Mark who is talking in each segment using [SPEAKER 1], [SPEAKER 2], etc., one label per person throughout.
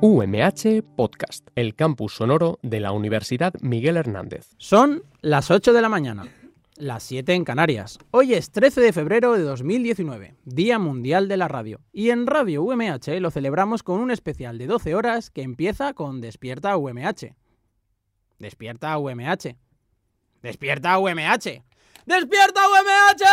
[SPEAKER 1] UMH Podcast, el campus sonoro de la Universidad Miguel Hernández.
[SPEAKER 2] Son las 8 de la mañana, las 7 en Canarias. Hoy es 13 de febrero de 2019, Día Mundial de la Radio. Y en Radio UMH lo celebramos con un especial de 12 horas que empieza con Despierta UMH. Despierta UMH. Despierta UMH. ¡Despierta UMH!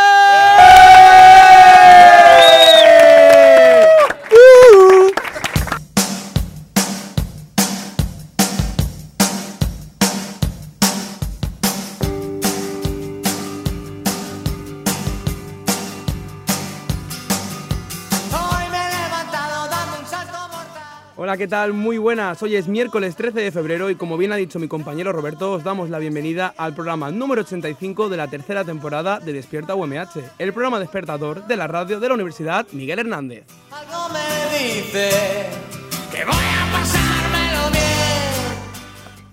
[SPEAKER 3] Hola, ¿qué tal? Muy buenas. Hoy es miércoles 13 de febrero y como bien ha dicho mi compañero Roberto, os damos la bienvenida al programa número 85 de la tercera temporada de Despierta UMH, el programa despertador de la radio de la Universidad Miguel Hernández.
[SPEAKER 4] Algo me dice que voy a pasármelo bien.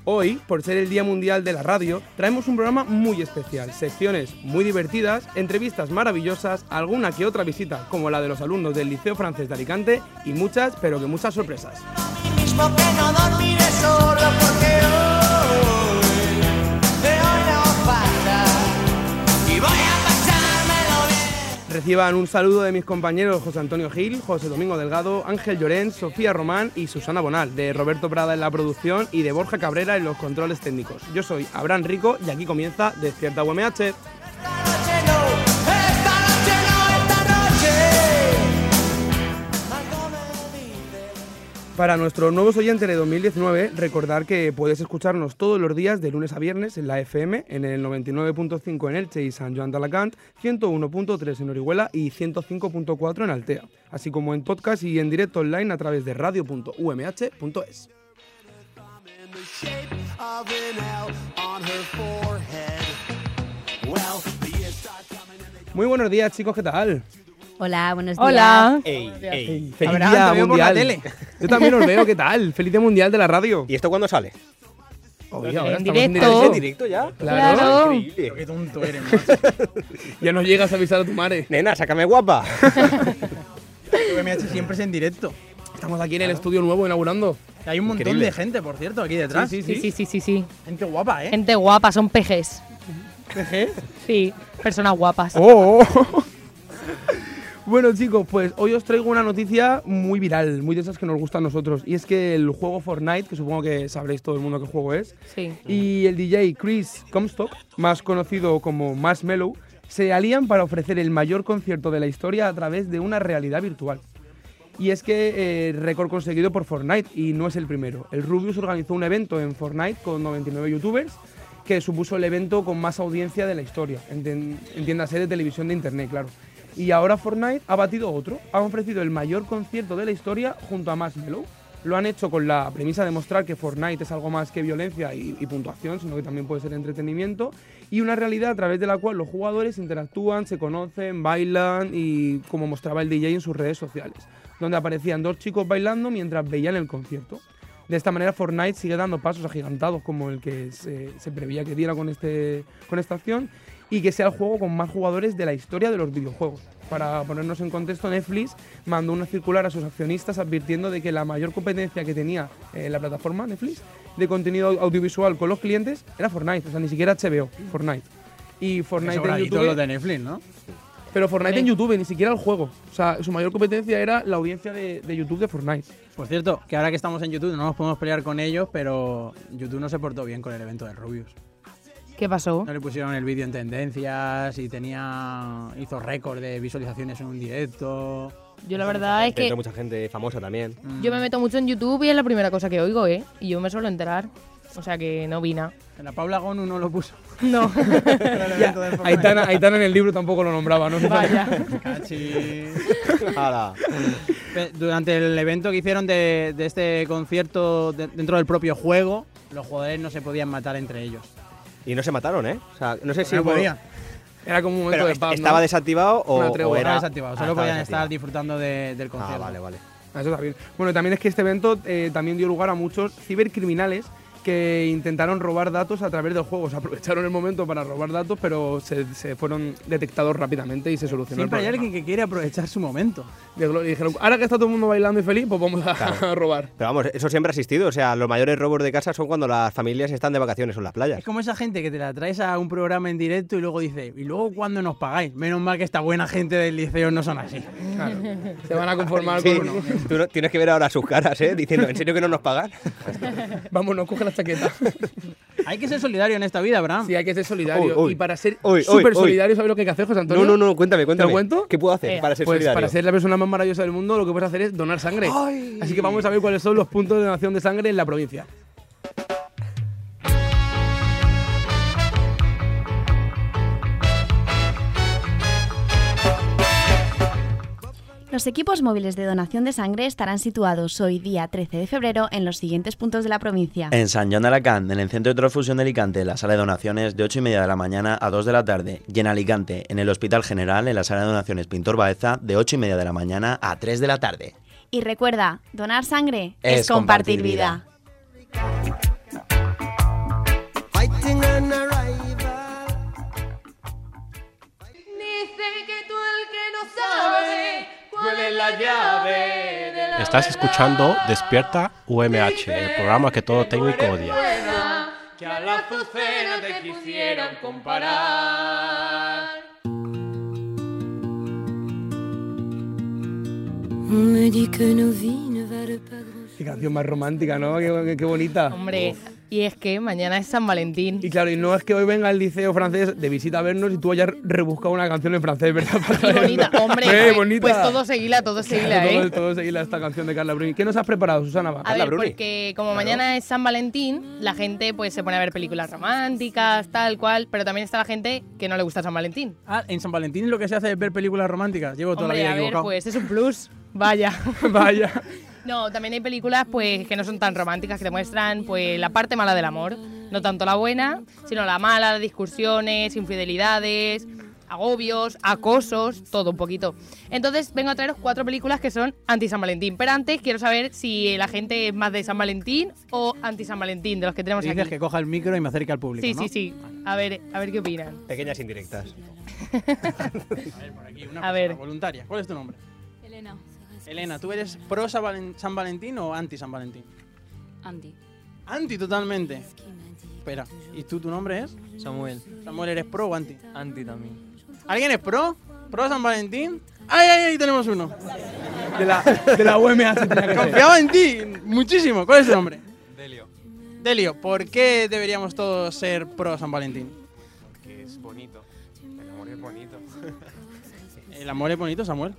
[SPEAKER 3] Hoy, por ser el Día Mundial de la Radio, traemos un programa muy especial, secciones muy divertidas, entrevistas maravillosas, alguna que otra visita, como la de los alumnos del Liceo Francés de Alicante, y muchas, pero que muchas sorpresas.
[SPEAKER 4] A mí mismo que no dormiré solo porque hoy de hoy no pasa. Y voy a pasármelo bien.
[SPEAKER 3] Reciban un saludo de mis compañeros José Antonio Gil, José Domingo Delgado, Ángel Llorens, Sofía Román y Susana Bonal, de Roberto Prada en la producción y de Borja Cabrera en los controles técnicos. Yo soy Abraham Rico y aquí comienza Despierta UMH.
[SPEAKER 4] Esta noche no, esta noche no, esta noche. Algo me dice.
[SPEAKER 3] Para nuestros nuevos oyentes de 2019, recordar que puedes escucharnos todos los días de lunes a viernes en la FM, en el 99.5 en Elche y San Joan de Alacant, 101.3 en Orihuela y 105.4 en Altea, así como en podcast y en directo online a través de radio.umh.es.
[SPEAKER 4] in the shape of an L on her forehead. Well, the years start coming and they
[SPEAKER 3] Muy buenos días chicos, ¿qué tal?
[SPEAKER 5] Hola, buenos días.
[SPEAKER 6] Hola.
[SPEAKER 7] Ey, ey.
[SPEAKER 3] Feliz
[SPEAKER 2] Abraham,
[SPEAKER 3] Día
[SPEAKER 2] te veo por la
[SPEAKER 3] Mundial.
[SPEAKER 2] tele.
[SPEAKER 3] Yo también os veo, ¿qué tal? Feliz Día Mundial de la radio.
[SPEAKER 7] ¿Y esto cuándo sale?
[SPEAKER 3] Oye,
[SPEAKER 5] En
[SPEAKER 3] estamos
[SPEAKER 5] directo.
[SPEAKER 7] ¿Es en directo ya?
[SPEAKER 3] Claro.
[SPEAKER 6] Claro.
[SPEAKER 7] Increíble.
[SPEAKER 2] Qué tonto eres,
[SPEAKER 3] Ya nos llegas a avisar a tu madre.
[SPEAKER 7] Nena, sácame guapa.
[SPEAKER 2] UMH siempre es en directo.
[SPEAKER 3] Estamos aquí en el estudio nuevo inaugurando.
[SPEAKER 2] Hay un montón
[SPEAKER 7] Increíble.
[SPEAKER 2] de gente, por cierto, aquí detrás.
[SPEAKER 3] Sí, sí,
[SPEAKER 6] Sí, sí, sí, sí, sí.
[SPEAKER 2] Gente guapa, ¿eh?
[SPEAKER 6] Gente guapa, son pejes.
[SPEAKER 7] ¿eh?
[SPEAKER 6] Sí, personas guapas.
[SPEAKER 3] Oh. bueno chicos, pues hoy os traigo una noticia muy viral, muy de esas que nos gustan a nosotros. Y es que el juego Fortnite, que supongo que sabréis todo el mundo qué juego es,
[SPEAKER 6] Sí.
[SPEAKER 3] y el DJ Chris Comstock, más conocido como Marshmello, se alían para ofrecer el mayor concierto de la historia a través de una realidad virtual. Y es que eh, récord conseguido por Fortnite y no es el primero. El Rubius organizó un evento en Fortnite con 99 youtubers que supuso el evento con más audiencia de la historia, enten- entiéndase de televisión de internet, claro. Y ahora Fortnite ha batido otro, ha ofrecido el mayor concierto de la historia junto a Marshmello. Lo han hecho con la premisa de mostrar que Fortnite es algo más que violencia y, y puntuación, sino que también puede ser entretenimiento, y una realidad a través de la cual los jugadores interactúan, se conocen, bailan y como mostraba el DJ en sus redes sociales donde aparecían dos chicos bailando mientras veían el concierto. De esta manera Fortnite sigue dando pasos agigantados como el que se, se preveía que diera con, este, con esta acción y que sea el juego con más jugadores de la historia de los videojuegos. Para ponernos en contexto, Netflix mandó una circular a sus accionistas advirtiendo de que la mayor competencia que tenía eh, la plataforma Netflix de contenido au- audiovisual con los clientes era Fortnite, o sea, ni siquiera HBO, Fortnite. Y Fortnite en
[SPEAKER 2] Sobradito
[SPEAKER 3] YouTube-
[SPEAKER 2] lo de Netflix, ¿no?
[SPEAKER 3] pero Fortnite en
[SPEAKER 6] Hombre.
[SPEAKER 3] YouTube, ni siquiera el juego. O sea, su mayor competencia era la audiencia de, de YouTube de Fortnite.
[SPEAKER 2] Por cierto, que ahora que estamos en YouTube no nos podemos pelear con ellos, pero YouTube no se portó bien con el evento del Rubius.
[SPEAKER 6] ¿Qué pasó?
[SPEAKER 2] No le pusieron el vídeo en tendencias y tenía hizo récord de visualizaciones en un directo. Mm.
[SPEAKER 6] Yo la verdad es que
[SPEAKER 7] Dentro mucha gente famosa también.
[SPEAKER 6] yo me meto mucho en YouTube y es la primera cosa que oigo, ¿eh? Y yo me suelo enterar. O sea que no vi nada.
[SPEAKER 2] La Paula Gonu no lo puso.
[SPEAKER 6] No.
[SPEAKER 3] Aitana, Aitana en el libro tampoco lo nombraba, ¿no?
[SPEAKER 6] Vaya.
[SPEAKER 2] Cachis. Ah,
[SPEAKER 7] Ala.
[SPEAKER 2] Pe- Durante el evento que hicieron de, de este concierto de- dentro del propio juego, los jugadores no se podían matar entre ellos.
[SPEAKER 7] Y no se mataron, ¿eh? O sea, no sé si
[SPEAKER 2] no
[SPEAKER 7] hubo-
[SPEAKER 2] podían.
[SPEAKER 3] Era como un momento
[SPEAKER 7] Pero
[SPEAKER 3] de
[SPEAKER 7] est-
[SPEAKER 3] paz, ¿no?
[SPEAKER 7] estaba desactivado o,
[SPEAKER 3] Una tregua,
[SPEAKER 7] o
[SPEAKER 2] Estaba
[SPEAKER 7] era
[SPEAKER 2] desactivado, solo
[SPEAKER 7] Ah,
[SPEAKER 2] podían
[SPEAKER 7] estaba
[SPEAKER 2] estar
[SPEAKER 7] desactivado.
[SPEAKER 2] disfrutando de- del concierto.
[SPEAKER 7] Ah, vale, vale.
[SPEAKER 3] Ah, Eso está bien. Bueno, también es que este evento eh, también dio lugar a muchos cibercriminales que intentaron robar datos a través del juego. Se aprovecharon el momento para robar datos, pero se, se fueron detectados rápidamente y se solucionó
[SPEAKER 2] Siempre hay
[SPEAKER 3] el
[SPEAKER 2] alguien
[SPEAKER 3] problema.
[SPEAKER 2] que quiere aprovechar su momento.
[SPEAKER 3] De Gloria, dijeron, ahora que está todo el mundo bailando y feliz, pues vamos a,
[SPEAKER 7] Claro.
[SPEAKER 3] a robar.
[SPEAKER 7] Pero vamos, eso siempre ha existido. O sea, los mayores robos de casa son cuando las familias están de vacaciones o en las playas.
[SPEAKER 2] Es como esa gente que te la traes a un programa en directo y luego dice, ¿y luego cuándo nos pagáis? Menos mal que esta buena gente del liceo no son así.
[SPEAKER 3] Claro. Se van a conformar
[SPEAKER 7] Sí,
[SPEAKER 3] con uno.
[SPEAKER 7] tú no- tienes que ver ahora sus caras, ¿eh? Diciendo, ¿en serio que no nos pagan?
[SPEAKER 3] Vámonos, coge la chaqueta.
[SPEAKER 2] Hay que ser solidario en esta vida, Bram.
[SPEAKER 3] sí, hay que ser solidario.
[SPEAKER 7] Uy, uy.
[SPEAKER 3] Y para ser
[SPEAKER 7] Uy, uy,
[SPEAKER 3] súper
[SPEAKER 7] uy.
[SPEAKER 3] solidario, ¿sabes lo que hay que hacer, José Antonio?
[SPEAKER 7] No, no, no, cuéntame, cuéntame.
[SPEAKER 3] cuento?
[SPEAKER 7] ¿Qué puedo hacer
[SPEAKER 2] Eh,
[SPEAKER 6] Venga.
[SPEAKER 7] para ser
[SPEAKER 3] Pues
[SPEAKER 7] solidario?
[SPEAKER 3] para ser la persona más maravillosa del mundo, lo que puedes hacer es donar sangre. Así que vamos a ver cuáles son los puntos de donación de sangre en la provincia.
[SPEAKER 5] Los equipos móviles de donación de sangre estarán situados hoy día 13 de febrero en los siguientes puntos de la provincia.
[SPEAKER 8] En San Juan de Alacant, en el Centro de Transfusión de Alicante, en la sala de donaciones de 8 y media de la mañana a 2 de la tarde. Y en Alicante, en el Hospital General, en la sala de donaciones Pintor Baeza, de 8 y media de la mañana a 3 de la tarde.
[SPEAKER 5] Y recuerda, donar sangre
[SPEAKER 8] Es
[SPEAKER 5] es, compartir,
[SPEAKER 8] compartir
[SPEAKER 5] vida.
[SPEAKER 8] vida.
[SPEAKER 4] Fighting an arrival.
[SPEAKER 9] Dicen que tú el que no sabe cuál es la llave de la
[SPEAKER 10] Estás escuchando Despierta UMH, el programa que todo técnico odia.
[SPEAKER 9] buena, que a la azucena te quisieran comparar.
[SPEAKER 3] Qué canción más romántica, ¿no? Qué, qué- qué bonita.
[SPEAKER 6] Hombre, y es que mañana es San Valentín.
[SPEAKER 3] Y claro, y no es que hoy venga el liceo francés de visita a vernos y tú hayas rebuscado una canción en francés, ¿verdad?
[SPEAKER 6] Qué bonita, hombre.
[SPEAKER 3] Qué
[SPEAKER 6] pues-
[SPEAKER 3] bonita.
[SPEAKER 6] Pues todo seguila, todo seguila, ¿eh?
[SPEAKER 3] Todo, todo seguirla esta canción de Carla Bruni. ¿Qué nos has preparado, Susana? Va.
[SPEAKER 6] A
[SPEAKER 7] Anda,
[SPEAKER 6] ver, pues,
[SPEAKER 7] Bruni.
[SPEAKER 6] porque como mañana es San Valentín, la gente pues se pone a ver películas románticas, tal cual, pero también está la gente que no le gusta San Valentín.
[SPEAKER 2] Ah, en San Valentín lo que se hace es ver películas románticas. Llevo toda la
[SPEAKER 6] Hombre,
[SPEAKER 2] vida
[SPEAKER 6] a ver,
[SPEAKER 2] equivocado.
[SPEAKER 6] pues es un plus. Vaya.
[SPEAKER 3] Vaya.
[SPEAKER 6] No, también hay películas pues que no son tan románticas, que te muestran pues la parte mala del amor, no tanto la buena, sino la mala, las discusiones, infidelidades, agobios, acosos, todo un poquito. Entonces, vengo a traeros cuatro películas que son anti San Valentín, pero antes quiero saber si la gente es más de San Valentín o anti San Valentín de los que tenemos
[SPEAKER 2] Dices
[SPEAKER 6] aquí.
[SPEAKER 2] que coja el micro y me acerque al público,
[SPEAKER 6] Sí,
[SPEAKER 2] ¿no?
[SPEAKER 6] sí, sí. A ver, a ver qué opinan.
[SPEAKER 7] Pequeñas indirectas.
[SPEAKER 2] Aquí,
[SPEAKER 6] A
[SPEAKER 2] una a
[SPEAKER 6] ver.
[SPEAKER 2] ver. voluntaria. ¿Cuál es tu nombre?
[SPEAKER 9] Elena,
[SPEAKER 2] Elena, ¿tú eres pro San Valen- San Valentín o anti San Valentín?
[SPEAKER 9] Andy,
[SPEAKER 2] Anti totalmente. Espera, ¿y tú tu nombre es?
[SPEAKER 11] Samuel,
[SPEAKER 2] Samuel, ¿eres pro o anti?
[SPEAKER 11] anti también.
[SPEAKER 2] ¿Alguien es pro? ¿Pro San Valentín? ¡Ay, ay, ay! Tenemos uno.
[SPEAKER 3] De la, de la UMH tenía que ser.
[SPEAKER 2] Confiaba en ti muchísimo. ¿Cuál es tu nombre?
[SPEAKER 11] Delio.
[SPEAKER 2] Delio, ¿por qué deberíamos todos ser pro San Valentín?
[SPEAKER 11] Que es bonito. El amor es bonito.
[SPEAKER 2] El amor es bonito, Samuel.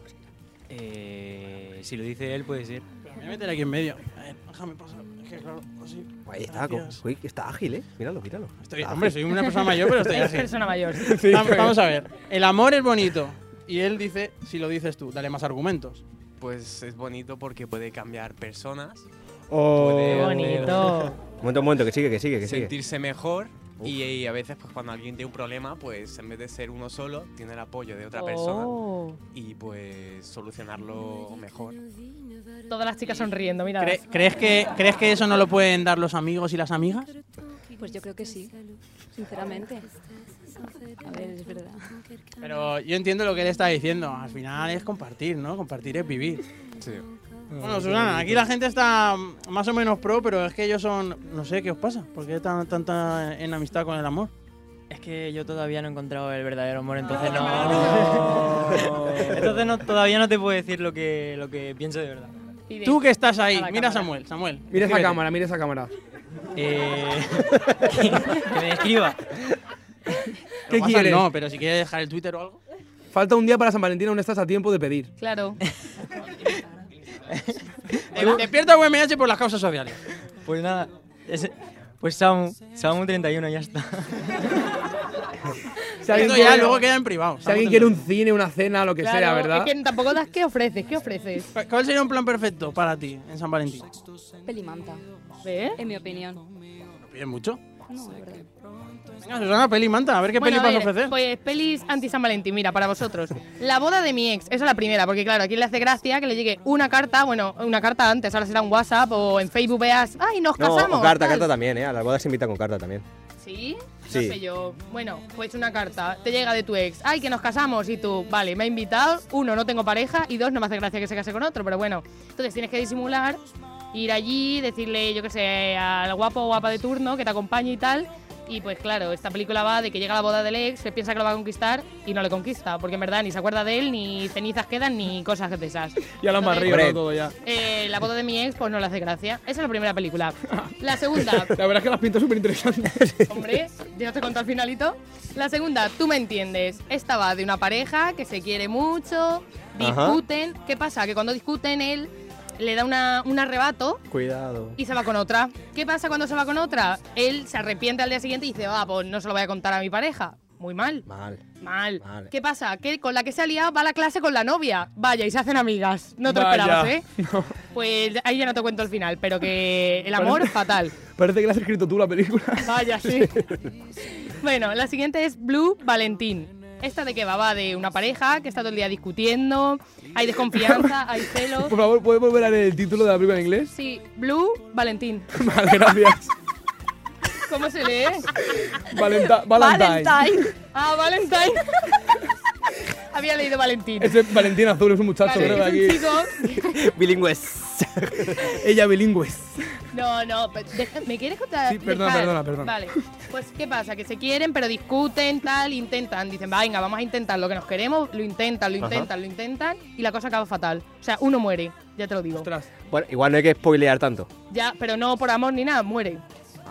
[SPEAKER 11] Eh, si lo dice él, puede ser.
[SPEAKER 2] Pero me voy a meter aquí en medio. A ver, déjame pasar. Es que claro, así.
[SPEAKER 7] Ahí está, co-
[SPEAKER 2] Gracias.
[SPEAKER 7] uy, está ágil, ¿eh? Míralo, míralo.
[SPEAKER 2] Estoy, hombre, soy una persona mayor, pero estoy
[SPEAKER 6] Es
[SPEAKER 2] así.
[SPEAKER 6] persona mayor.
[SPEAKER 2] Vam- Vamos a ver. El amor es bonito. Y él dice, si lo dices tú, dale más argumentos.
[SPEAKER 11] Pues es bonito porque puede cambiar personas,
[SPEAKER 6] Qué
[SPEAKER 3] Oh.
[SPEAKER 6] bonito.
[SPEAKER 7] Un momento, un momento, que sigue, que sigue, que sigue.
[SPEAKER 11] sentirse mejor y, y a veces pues cuando alguien tiene un problema, pues en vez de ser uno solo, tiene el apoyo de otra persona
[SPEAKER 6] Oh.
[SPEAKER 11] y pues solucionarlo mejor.
[SPEAKER 6] Todas las chicas sonriendo, mira.
[SPEAKER 2] ¿Cre- ¿Crees, que, ¿Crees que eso no lo pueden dar los amigos y las amigas?
[SPEAKER 9] pues yo creo que sí, sinceramente. A ver, es verdad.
[SPEAKER 2] Pero yo entiendo lo que él está diciendo. Al final es compartir, ¿no? Compartir es vivir.
[SPEAKER 11] Sí.
[SPEAKER 2] Bueno, Susana, aquí la gente está mm, más o menos pro, pero es que ellos son... No sé, ¿qué os pasa? ¿Por qué están tanta en amistad con el amor?
[SPEAKER 11] Es que yo todavía no he encontrado el verdadero amor, entonces no. entonces no, todavía no te puedo decir lo que, lo que pienso de verdad.
[SPEAKER 6] Y de-
[SPEAKER 2] Tú que estás ahí.
[SPEAKER 6] A la
[SPEAKER 2] Mira
[SPEAKER 6] cámara.
[SPEAKER 2] a Samuel, Samuel.
[SPEAKER 3] Mira esa
[SPEAKER 2] escríbete. Eh,
[SPEAKER 3] cámara, mira esa cámara.
[SPEAKER 11] que, me escriba.
[SPEAKER 2] Pero
[SPEAKER 3] ¿Qué
[SPEAKER 2] WhatsApp
[SPEAKER 3] quieres?
[SPEAKER 2] No, pero si quieres dejar el Twitter o algo.
[SPEAKER 3] Falta un día para San Valentín, aún estás a tiempo de pedir.
[SPEAKER 6] Claro.
[SPEAKER 2] Despierta UMH por las causas sociales.
[SPEAKER 11] Pues nada, ese- pues Samu, Samu 31 ya está.
[SPEAKER 3] Si alguien,
[SPEAKER 2] Esto ya
[SPEAKER 3] quiere,
[SPEAKER 2] luego queda en privado.
[SPEAKER 3] si alguien quiere un cine, una cena, lo que
[SPEAKER 6] claro,
[SPEAKER 3] sea, ¿verdad?
[SPEAKER 6] Es que tampoco das qué ofreces, qué ofreces.
[SPEAKER 2] ¿Cuál sería un plan perfecto para ti en San Valentín?
[SPEAKER 9] Pelimanta,
[SPEAKER 6] ¿Ves?
[SPEAKER 9] en mi opinión.
[SPEAKER 2] ¿No pides mucho? Venga, Susana, peli, manta, a ver qué
[SPEAKER 6] Bueno,
[SPEAKER 2] peli
[SPEAKER 6] a
[SPEAKER 2] vas a
[SPEAKER 6] ver,
[SPEAKER 2] ofrecer.
[SPEAKER 6] Pues pelis anti San Valentín, mira, para vosotros. La boda de mi ex, esa es la primera, porque claro, aquí le hace gracia que le llegue una carta, bueno, una carta antes, ahora será un WhatsApp o en Facebook veas, ay, nos
[SPEAKER 7] No,
[SPEAKER 6] casamos.
[SPEAKER 7] o carta,
[SPEAKER 6] tal.
[SPEAKER 7] carta también, ¿eh? A las bodas se invita con carta también.
[SPEAKER 6] ¿Sí? No
[SPEAKER 7] Sí.
[SPEAKER 6] sé yo. Bueno, pues una carta, te llega de tu ex, ay, que nos casamos, y tú, vale, me ha invitado, uno, no tengo pareja, y dos, no me hace gracia que se case con otro, pero bueno. Entonces tienes que disimular, ir allí, decirle, yo qué sé, al guapo o guapa de turno que te acompañe y tal. Y pues claro, esta película va de que llega a la boda del ex, se piensa que lo va a conquistar y no le conquista, porque en verdad ni se acuerda de él, ni cenizas quedan, ni cosas de esas.
[SPEAKER 2] Ya lo han
[SPEAKER 6] Entonces,
[SPEAKER 2] barrido ¿no? todo ya.
[SPEAKER 6] eh, la boda de mi ex, pues no le hace gracia. Esa es la primera película. La segunda,
[SPEAKER 2] La verdad es que las pintas súper interesantes.
[SPEAKER 6] Hombre, ya te conté al finalito. La segunda, tú me entiendes. Esta va de una pareja que se quiere mucho,
[SPEAKER 7] Ajá.
[SPEAKER 6] discuten. ¿Qué pasa? Que cuando discuten él le da una- un arrebato
[SPEAKER 7] Cuidado.
[SPEAKER 6] y se va con otra. ¿Qué pasa cuando se va con otra? Él se arrepiente al día siguiente y dice, ah, pues no se lo voy a contar a mi pareja. Muy mal.
[SPEAKER 7] Mal.
[SPEAKER 6] Mal.
[SPEAKER 7] Mal.
[SPEAKER 6] ¿Qué pasa? Que con la que se ha liado va a la clase con la novia. Vaya, y se hacen amigas. No te lo
[SPEAKER 3] Vaya.
[SPEAKER 6] esperabas, ¿eh? Pues ahí ya no te cuento el final, pero que el amor
[SPEAKER 3] Parece-
[SPEAKER 6] fatal.
[SPEAKER 3] Parece que la has escrito tú la película.
[SPEAKER 6] Vaya, sí. bueno, la siguiente es Blue Valentín. ¿Esta de qué va? Va de una pareja que está todo el día discutiendo, hay desconfianza, hay celos.
[SPEAKER 3] Por favor, ¿puedes volver a leer el título de la película en inglés?
[SPEAKER 6] Sí, Blue Valentín.
[SPEAKER 3] Vale, gracias.
[SPEAKER 6] ¿Cómo se lee?
[SPEAKER 3] Valenta- Valentine.
[SPEAKER 6] Ah, Valentine. Había leído Valentín.
[SPEAKER 3] Ese es Valentín Azul, es un muchacho,
[SPEAKER 6] Vale,
[SPEAKER 3] creo, de
[SPEAKER 6] es un
[SPEAKER 3] aquí.
[SPEAKER 6] chico
[SPEAKER 7] Bilingües.
[SPEAKER 3] Ella bilingües.
[SPEAKER 6] No, no, pe- deja- ¿me quieres contar?
[SPEAKER 3] Sí, perdona,
[SPEAKER 6] Dejar.
[SPEAKER 3] perdona, perdona.
[SPEAKER 6] Vale, pues ¿qué pasa? Que se quieren, pero discuten, tal, intentan. Dicen, "Va, venga, vamos a intentar lo que nos queremos, lo intentan, lo
[SPEAKER 7] Ajá.
[SPEAKER 6] intentan, lo intentan, y la cosa acaba fatal. O sea, uno muere, ya te lo digo.
[SPEAKER 7] Bueno, igual no hay que spoilear tanto.
[SPEAKER 6] Ya, pero no por amor ni nada, muere.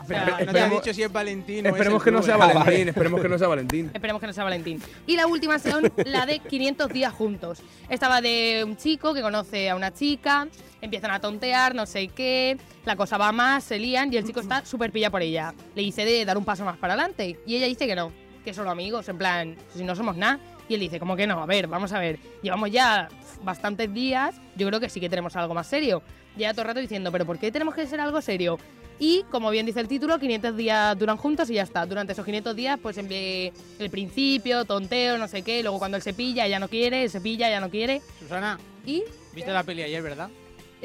[SPEAKER 6] O sea,
[SPEAKER 3] Espe-
[SPEAKER 2] no te ha
[SPEAKER 3] esperemos-
[SPEAKER 2] dicho si es Valentín o es
[SPEAKER 3] Esperemos
[SPEAKER 2] el
[SPEAKER 3] que no
[SPEAKER 2] club,
[SPEAKER 3] sea
[SPEAKER 2] ¿eh? Ah,
[SPEAKER 3] Valentín,
[SPEAKER 2] vale.
[SPEAKER 3] esperemos que no sea Valentín.
[SPEAKER 6] Esperemos que no sea Valentín. Y la última son la de 500 días juntos. Estaba de un chico que conoce a una chica, empiezan a tontear, no sé qué, la cosa va más, se lían y el chico está súper pilla por ella. Le dice de dar un paso más para adelante y ella dice que no, que solo amigos, en plan, si no somos nada. Y él dice, ¿cómo que no? A ver, vamos a ver, llevamos ya bastantes días, yo creo que sí que tenemos algo más serio. Lleva todo el rato diciendo, ¿pero por qué tenemos que ser algo serio? Y como bien dice el título, 500 días duran juntos y ya está. Durante esos 500 días, pues en vez- el principio, tonteo, no sé qué. Luego cuando él se pilla, ya no quiere, se pilla, ya no quiere.
[SPEAKER 2] Susana,
[SPEAKER 6] Y
[SPEAKER 2] viste la peli ayer, ¿verdad?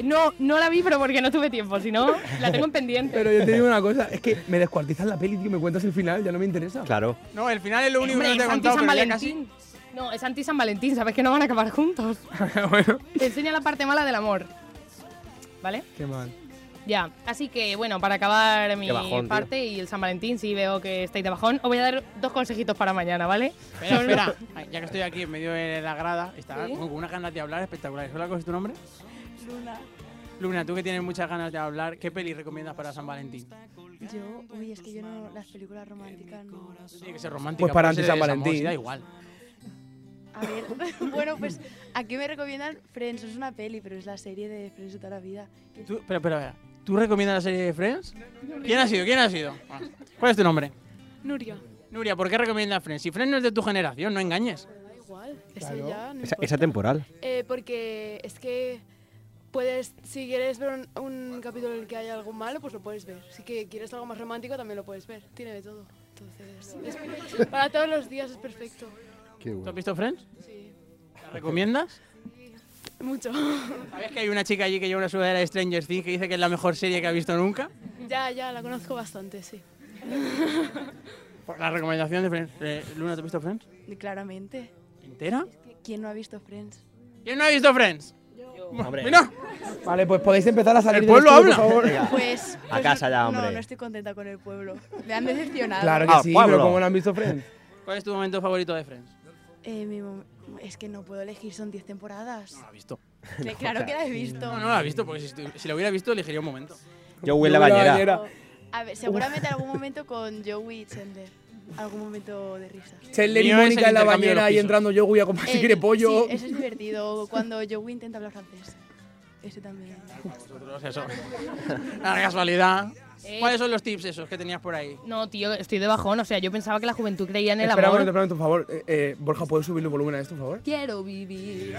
[SPEAKER 6] no, no la vi, pero porque no tuve tiempo. Si no, la tengo en pendiente.
[SPEAKER 3] Pero yo te digo una cosa, es que me descuartizas la peli, tío, me cuentas el final, ya no me interesa.
[SPEAKER 7] Claro.
[SPEAKER 2] No, el final es lo único
[SPEAKER 6] Hombre,
[SPEAKER 2] que no te
[SPEAKER 6] es
[SPEAKER 2] he
[SPEAKER 6] anti
[SPEAKER 2] contado,
[SPEAKER 6] San
[SPEAKER 2] pero ya casi...
[SPEAKER 6] Valentín. No, es anti San Valentín. Sabes que no van a acabar juntos. Te enseña la parte mala del amor. ¿Vale?
[SPEAKER 3] Qué mal.
[SPEAKER 6] Ya, así que bueno, para acabar mi
[SPEAKER 7] Qué bajón, tío.
[SPEAKER 6] parte y el San Valentín, si veo que estáis de bajón, os voy a dar dos consejitos para mañana, ¿vale?
[SPEAKER 2] Espera,
[SPEAKER 6] Son-
[SPEAKER 2] espera, Ay, ya que estoy aquí en medio de la grada, está
[SPEAKER 6] ¿Sí?
[SPEAKER 2] con unas ganas de hablar espectaculares. ¿Hola, cuál es tu nombre? Luna, tú que tienes muchas ganas de hablar, ¿qué peli recomiendas para San Valentín?
[SPEAKER 12] Yo, uy, es que yo no, las películas románticas no...
[SPEAKER 2] Tiene que ser romántica.
[SPEAKER 3] Pues para
[SPEAKER 2] puede ser
[SPEAKER 3] anti-San
[SPEAKER 2] de desamor,
[SPEAKER 3] Valentín.
[SPEAKER 2] sí, Da igual.
[SPEAKER 12] A ver, bueno, pues aquí me recomiendan Friends, es una peli, pero es la serie de Friends de toda la vida.
[SPEAKER 2] Tú, pero, pero, pero, ¿tú recomiendas la serie de Friends? ¿Quién ha sido? ¿Quién ha sido? Ah, ¿Cuál es tu nombre?
[SPEAKER 12] Nuria.
[SPEAKER 2] Nuria, ¿por qué recomiendas Friends? Si Friends no es de tu generación, no engañes.
[SPEAKER 12] Da igual, eso ya no
[SPEAKER 7] Esa,
[SPEAKER 12] importa.
[SPEAKER 7] esa temporal.
[SPEAKER 12] Eh, porque es que puedes, si quieres ver un, un capítulo en el que haya algo malo, pues lo puedes ver. Si que quieres algo más romántico, también lo puedes ver. Tiene de todo. Entonces, es- para todos los días es perfecto.
[SPEAKER 2] ¿Tú has visto Friends?
[SPEAKER 12] Sí.
[SPEAKER 2] ¿La recomiendas?
[SPEAKER 12] Mucho.
[SPEAKER 2] ¿Sabes que hay una chica allí que lleva una sudadera de Stranger Things que dice que es la mejor serie que ha visto nunca?
[SPEAKER 12] ya, ya, la conozco bastante, sí.
[SPEAKER 2] Por la recomendación de Friends. Eh, Luna, ¿tú has visto Friends?
[SPEAKER 12] Claramente.
[SPEAKER 2] ¿Entera?
[SPEAKER 12] ¿Quién no ha visto Friends?
[SPEAKER 2] ¿Quién no ha visto Friends?
[SPEAKER 7] Hombre.
[SPEAKER 2] Mira.
[SPEAKER 3] Vale, pues podéis empezar a salir
[SPEAKER 2] El
[SPEAKER 3] del
[SPEAKER 2] pueblo
[SPEAKER 3] estudio,
[SPEAKER 2] habla.
[SPEAKER 3] por favor.
[SPEAKER 12] Pues.
[SPEAKER 7] A casa ya,
[SPEAKER 12] No,
[SPEAKER 7] hombre.
[SPEAKER 12] no estoy contenta con el pueblo. Me han decepcionado.
[SPEAKER 3] Claro que
[SPEAKER 7] Ah,
[SPEAKER 3] sí,
[SPEAKER 7] Pablo.
[SPEAKER 3] pero como no han visto Friends.
[SPEAKER 2] ¿Cuál es tu momento favorito de Friends?
[SPEAKER 12] Eh, mi mom- es que no puedo elegir, son 10 temporadas.
[SPEAKER 2] No la he visto.
[SPEAKER 12] Me- claro que la he visto.
[SPEAKER 2] No, no la he visto, pues porque si, estu- si la hubiera visto, elegiría un momento.
[SPEAKER 7] Yo huele a bañera.
[SPEAKER 12] A ver, seguramente algún momento con Joey y Chandler. Algún momento de risa.
[SPEAKER 3] Chandler y
[SPEAKER 2] Mío es el
[SPEAKER 3] Mónica en la
[SPEAKER 2] intercambio de los
[SPEAKER 3] bañera y
[SPEAKER 2] pisos.
[SPEAKER 3] entrando yo voy a comprar si
[SPEAKER 12] Eh,
[SPEAKER 3] quiere pollo.
[SPEAKER 12] Sí, eso es divertido. o Cuando Joey intenta hablar francés. Ese también.
[SPEAKER 2] Vosotros, eso. La casualidad.
[SPEAKER 6] Eh.
[SPEAKER 2] ¿Cuáles son los tips esos que tenías por ahí?
[SPEAKER 6] No, tío, estoy de bajón. O sea, yo pensaba que la juventud creía en el
[SPEAKER 3] Espera un momento,
[SPEAKER 6] amor.
[SPEAKER 3] espera un momento, por favor. Eh, eh, Borja, ¿puedes subirle el volumen a esto, por favor?
[SPEAKER 6] Quiero vivir.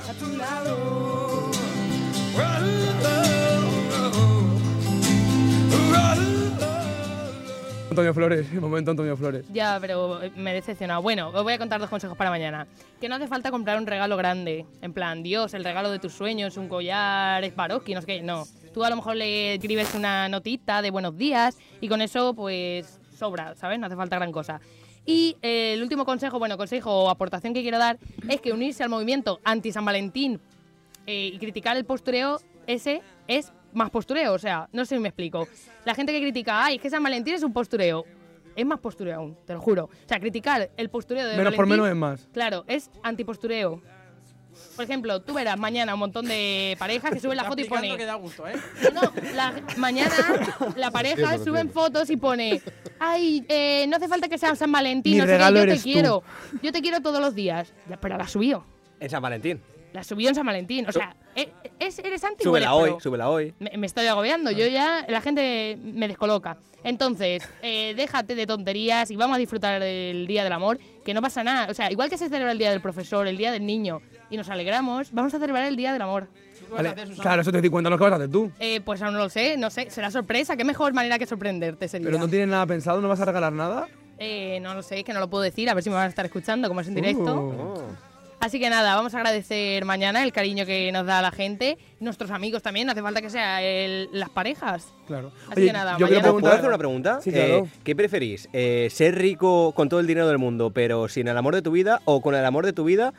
[SPEAKER 3] Antonio Flores, el momento Antonio Flores.
[SPEAKER 6] Ya, pero eh, me he decepcionado. Bueno, os voy a contar dos consejos para mañana. Que no hace falta comprar un regalo grande. En plan, Dios, el regalo de tus sueños, un collar, Swarovski, no sé qué. No. Tú a lo mejor le escribes una notita de buenos días y con eso, pues, sobra, ¿sabes? No hace falta gran cosa. Y eh, el último consejo, bueno, consejo o aportación que quiero dar es que unirse al movimiento anti-San Valentín eh, y criticar el postureo, ese es más postureo. O sea, no sé si me explico. La gente que critica, ay, es que San Valentín es un postureo. Es más postureo aún, te lo juro. O sea, criticar el postureo de
[SPEAKER 3] Menos por
[SPEAKER 6] Valentín,
[SPEAKER 3] menos es más.
[SPEAKER 6] Claro, es antipostureo. Por ejemplo, tú verás mañana un montón de parejas que suben la
[SPEAKER 2] Está
[SPEAKER 6] foto y
[SPEAKER 2] explicando
[SPEAKER 6] pone.
[SPEAKER 2] que da gusto, ¿eh?
[SPEAKER 6] La- mañana la
[SPEAKER 2] Eso
[SPEAKER 6] pareja
[SPEAKER 2] lo
[SPEAKER 6] suben
[SPEAKER 2] entiendo.
[SPEAKER 6] fotos y pone, ay, eh, no hace falta que sea San Valentín,
[SPEAKER 7] Mi
[SPEAKER 6] no sé qué,
[SPEAKER 7] regalo
[SPEAKER 6] yo te
[SPEAKER 7] eres tú".
[SPEAKER 6] quiero, yo te quiero todos los días. Ya, pero la subió,
[SPEAKER 7] En San Valentín.
[SPEAKER 6] la subió en San Valentín, o sea, e- es, eres anti
[SPEAKER 7] Súbela
[SPEAKER 6] pero
[SPEAKER 7] hoy, súbela hoy.
[SPEAKER 6] Me, me estoy agobiando, yo ya, la gente me descoloca. Entonces, eh, déjate de tonterías y vamos a disfrutar del Día del Amor, que no pasa nada. O sea, igual que se celebra el Día del Profesor, el Día del Niño, y nos alegramos, vamos a celebrar el Día del Amor.
[SPEAKER 3] Vale, Claro, eso te di cuenta, no ¿qué vas a hacer tú.
[SPEAKER 6] Eh, pues aún no lo sé, no sé, será sorpresa, qué mejor manera que sorprenderte sería.
[SPEAKER 3] Pero no tienes nada pensado, no vas a regalar nada.
[SPEAKER 6] Eh, no lo sé, es que no lo puedo decir, a ver si me van a estar escuchando, como es en directo.
[SPEAKER 3] Oh.
[SPEAKER 6] Así que nada, vamos a agradecer mañana el cariño que nos da la gente, nuestros amigos también, no hace falta que sea el- las parejas.
[SPEAKER 3] Claro.
[SPEAKER 6] Así que nada,
[SPEAKER 7] yo
[SPEAKER 6] mañana-
[SPEAKER 7] ¿Puedo hacer una pregunta?
[SPEAKER 3] Sí, claro.
[SPEAKER 7] Eh, ¿Qué preferís? Eh, ¿Ser rico con todo el dinero del mundo, pero sin el amor de tu vida? ¿O con el amor de tu vida,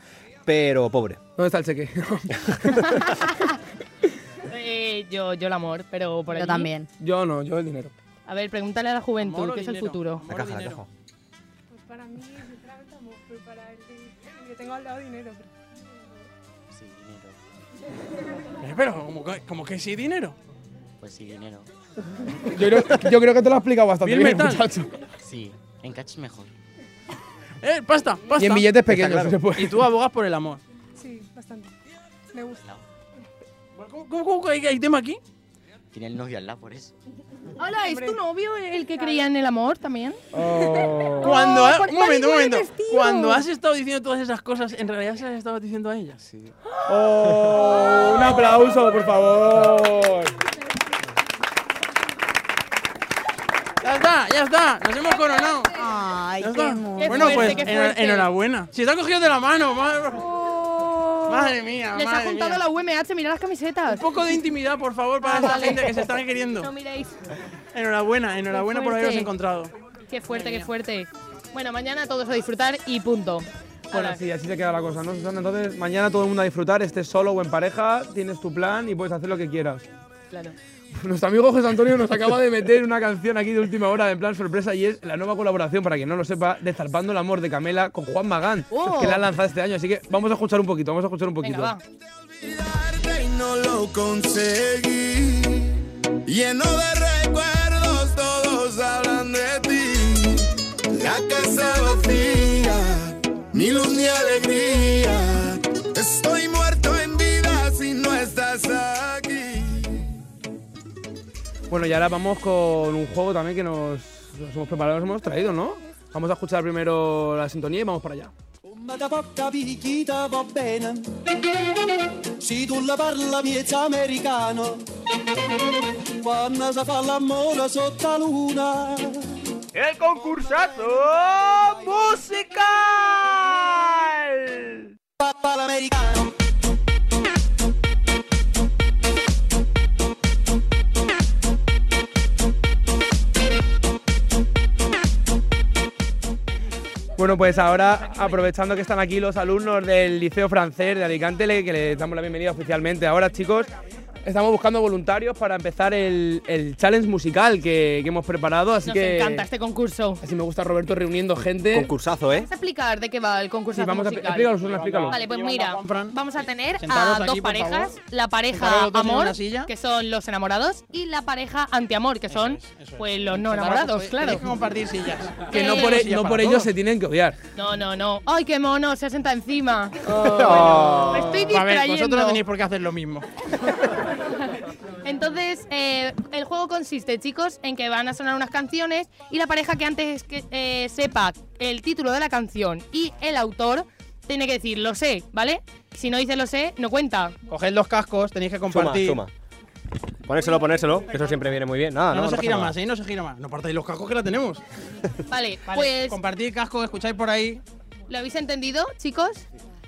[SPEAKER 7] pero pobre?
[SPEAKER 3] ¿Dónde está el cheque?
[SPEAKER 6] Eh, yo, yo el amor, pero por
[SPEAKER 5] Yo
[SPEAKER 6] allí-
[SPEAKER 5] también.
[SPEAKER 3] yo no, yo el dinero.
[SPEAKER 6] A ver, pregúntale a la juventud,
[SPEAKER 12] Amor o
[SPEAKER 6] que es el
[SPEAKER 12] dinero,
[SPEAKER 6] futuro.
[SPEAKER 12] amor o dinero.
[SPEAKER 13] Pues para mí, sinceramente, amor, pero para el que yo tengo al lado dinero.
[SPEAKER 11] Sí, dinero.
[SPEAKER 2] Eh, pero, ¿cómo, que- cómo que sí dinero?
[SPEAKER 11] Pues sí, dinero.
[SPEAKER 3] Yo creo, yo creo que te lo has explicado bastante
[SPEAKER 2] Bien
[SPEAKER 3] bien,
[SPEAKER 2] metal.
[SPEAKER 3] muchacho.
[SPEAKER 11] Sí, en cachos mejor.
[SPEAKER 2] ¡Eh, pasta, pasta!
[SPEAKER 3] Y en billetes Está pequeños, claro. se puede.
[SPEAKER 2] Y tú abogas por el amor.
[SPEAKER 13] Sí, bastante. Me gusta.
[SPEAKER 2] ¿Cómo, cómo, cómo que hay, hay tema aquí?
[SPEAKER 11] Tiene el novio al lado por eso.
[SPEAKER 6] Hola, ¿es tu novio el que creía en el amor también?
[SPEAKER 2] Cuando
[SPEAKER 6] Oh,
[SPEAKER 2] ha-
[SPEAKER 6] por-
[SPEAKER 2] un momento, un
[SPEAKER 6] por el
[SPEAKER 2] momento.
[SPEAKER 6] testigo.
[SPEAKER 2] Cuando has estado diciendo todas esas cosas, ¿en realidad se las estabas diciendo a ella? Sí.
[SPEAKER 3] Oh, un aplauso, por favor.
[SPEAKER 2] Ya está, ya está. Nos hemos coronado.
[SPEAKER 5] Ay,
[SPEAKER 2] Ya
[SPEAKER 5] qué
[SPEAKER 2] está.
[SPEAKER 5] mono.
[SPEAKER 6] Qué
[SPEAKER 2] Bueno, pues
[SPEAKER 6] fuerte, qué
[SPEAKER 2] ena-
[SPEAKER 6] fuerte.
[SPEAKER 2] enhorabuena. Si te ha cogido de la mano, madre, madre mía.
[SPEAKER 6] Les
[SPEAKER 2] madre
[SPEAKER 6] ha juntado
[SPEAKER 2] mía.
[SPEAKER 6] la UMH, mira las camisetas. Un
[SPEAKER 2] poco de intimidad, por favor, para esta gente que se están queriendo.
[SPEAKER 6] No miréis.
[SPEAKER 2] Enhorabuena, enhorabuena por
[SPEAKER 6] fuerte.
[SPEAKER 2] haberos encontrado.
[SPEAKER 6] Qué fuerte, qué fuerte. Bueno, mañana todos a disfrutar y punto.
[SPEAKER 3] Bueno,
[SPEAKER 6] Hala.
[SPEAKER 3] sí, así se queda la cosa, ¿no, Susana? Entonces, mañana todo el mundo a disfrutar, estés solo o en pareja, tienes tu plan y puedes hacer lo que quieras.
[SPEAKER 6] Claro.
[SPEAKER 3] Nuestro amigo José Antonio nos acaba de meter una canción aquí de última hora en plan sorpresa y es la nueva colaboración, para quien no lo sepa, de Zarpando el Amor de Camela con Juan Magán,
[SPEAKER 4] Oh.
[SPEAKER 3] que la ha lanzado este año. Así que vamos a escuchar un poquito, vamos a escuchar un poquito.
[SPEAKER 4] y no lo conseguí. Lleno de recuerdos, todos hablan de ti. La casa vacía, ni luz ni alegría. Estoy muerto en vida si no estás aquí.
[SPEAKER 3] Bueno, y ahora vamos con un juego también que nos, nos hemos preparado, nos hemos traído, ¿no? Vamos a escuchar primero la sintonía y vamos para allá.
[SPEAKER 14] da porta picchita va bene. Se tu la parla miezza americano, quando si fa l'amore sotto la luna.
[SPEAKER 4] El concursazo musical.
[SPEAKER 14] Papá americano.
[SPEAKER 3] Bueno, pues ahora, aprovechando que están aquí los alumnos del Liceo Francés de Alicante, le- que les damos la bienvenida oficialmente. Ahora, chicos, estamos buscando voluntarios para empezar el, el challenge musical que, que hemos preparado, así
[SPEAKER 6] Nos
[SPEAKER 3] que...
[SPEAKER 6] encanta este concurso.
[SPEAKER 3] Así me gusta Roberto reuniendo gente. Concursazo, ¿eh?
[SPEAKER 6] ¿Vas a explicar de qué va el concurso
[SPEAKER 3] Sí, vamos a-
[SPEAKER 6] musical?
[SPEAKER 3] explícanos, Susana, explícanos.
[SPEAKER 6] Vale, pues mira, vamos a tener
[SPEAKER 2] Sentaros
[SPEAKER 6] a dos
[SPEAKER 2] aquí, por
[SPEAKER 6] parejas.
[SPEAKER 2] favor.
[SPEAKER 6] La
[SPEAKER 2] Sentaros
[SPEAKER 6] pareja
[SPEAKER 2] los dos en
[SPEAKER 6] amor,
[SPEAKER 2] una silla.
[SPEAKER 6] que son los enamorados, y la pareja antiamor, que son pues los no
[SPEAKER 2] Sentaros,
[SPEAKER 6] enamorados,
[SPEAKER 2] pues,
[SPEAKER 6] claro.
[SPEAKER 2] tenéis que compartir sillas.
[SPEAKER 3] Que no
[SPEAKER 6] Eh,
[SPEAKER 3] por, e-
[SPEAKER 6] ya
[SPEAKER 3] no
[SPEAKER 6] para
[SPEAKER 3] por ello
[SPEAKER 6] todos.
[SPEAKER 3] se tienen que odiar.
[SPEAKER 6] No, no, no. ¡Ay, qué mono! Se senta encima. Oh. Me estoy
[SPEAKER 2] Oh. A ver,
[SPEAKER 6] distrayendo.
[SPEAKER 2] vosotros no tenéis por qué hacer lo mismo.
[SPEAKER 6] Entonces, eh, el juego consiste, chicos, en que van a sonar unas canciones y la pareja que antes que, eh, sepa el título de la canción y el autor tiene que decir lo sé, ¿vale? Si no dice lo sé, no cuenta.
[SPEAKER 2] Coged los cascos, tenéis que compartir.
[SPEAKER 7] Suma, Ponérselo, ponérselo, que eso siempre viene muy bien. Nada,
[SPEAKER 2] no,
[SPEAKER 7] no,
[SPEAKER 2] se
[SPEAKER 7] pasa
[SPEAKER 2] gira
[SPEAKER 7] nada.
[SPEAKER 2] más, ¿eh? No se gira más. No partáis los cascos que la tenemos.
[SPEAKER 6] Vale,
[SPEAKER 2] Vale,
[SPEAKER 6] pues
[SPEAKER 2] Compartid casco, escucháis por ahí.
[SPEAKER 6] ¿Lo habéis entendido, chicos?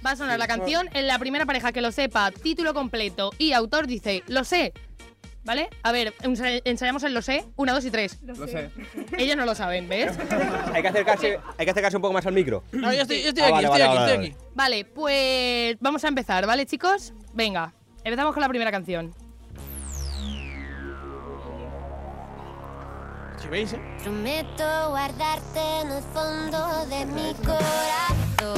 [SPEAKER 6] Va a sonar la canción en la primera pareja que lo sepa, título completo y autor dice, lo sé. ¿Vale? A ver, ensa- ensayamos el lo sé, una, dos y tres.
[SPEAKER 7] Lo sé.
[SPEAKER 6] Ellos no lo saben, ¿ves?
[SPEAKER 7] Hay que acercarse, hay que acercarse un poco más al micro.
[SPEAKER 6] No, yo estoy- yo estoy aquí,
[SPEAKER 7] Ah, vale,
[SPEAKER 6] estoy
[SPEAKER 7] vale,
[SPEAKER 6] aquí,
[SPEAKER 7] vale,
[SPEAKER 6] estoy aquí. Vale, pues vamos a empezar, ¿vale, chicos? Venga, empezamos con la primera canción.
[SPEAKER 2] Si veis, ¿eh?
[SPEAKER 15] Prometo guardarte en el fondo de mi corazón.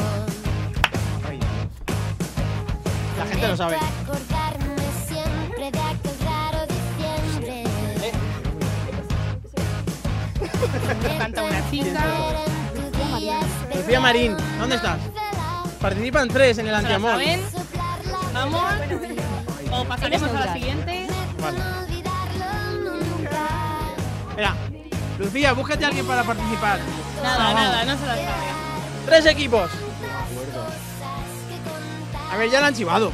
[SPEAKER 2] La gente lo sabe.
[SPEAKER 15] Acordarme siempre de aquel raro diciembre.
[SPEAKER 6] Canta una chica.
[SPEAKER 2] Sofía Marín, ¿dónde estás? Participan tres en el
[SPEAKER 6] ¿Se la
[SPEAKER 2] antiamor.
[SPEAKER 6] saben? Vamos. O pasaremos a la siguiente.
[SPEAKER 2] Vale. Espera. Lucía, búscate a alguien para participar.
[SPEAKER 6] Nada, nada, no se la sabe.
[SPEAKER 2] Tres equipos. A ver, ya la han chivado.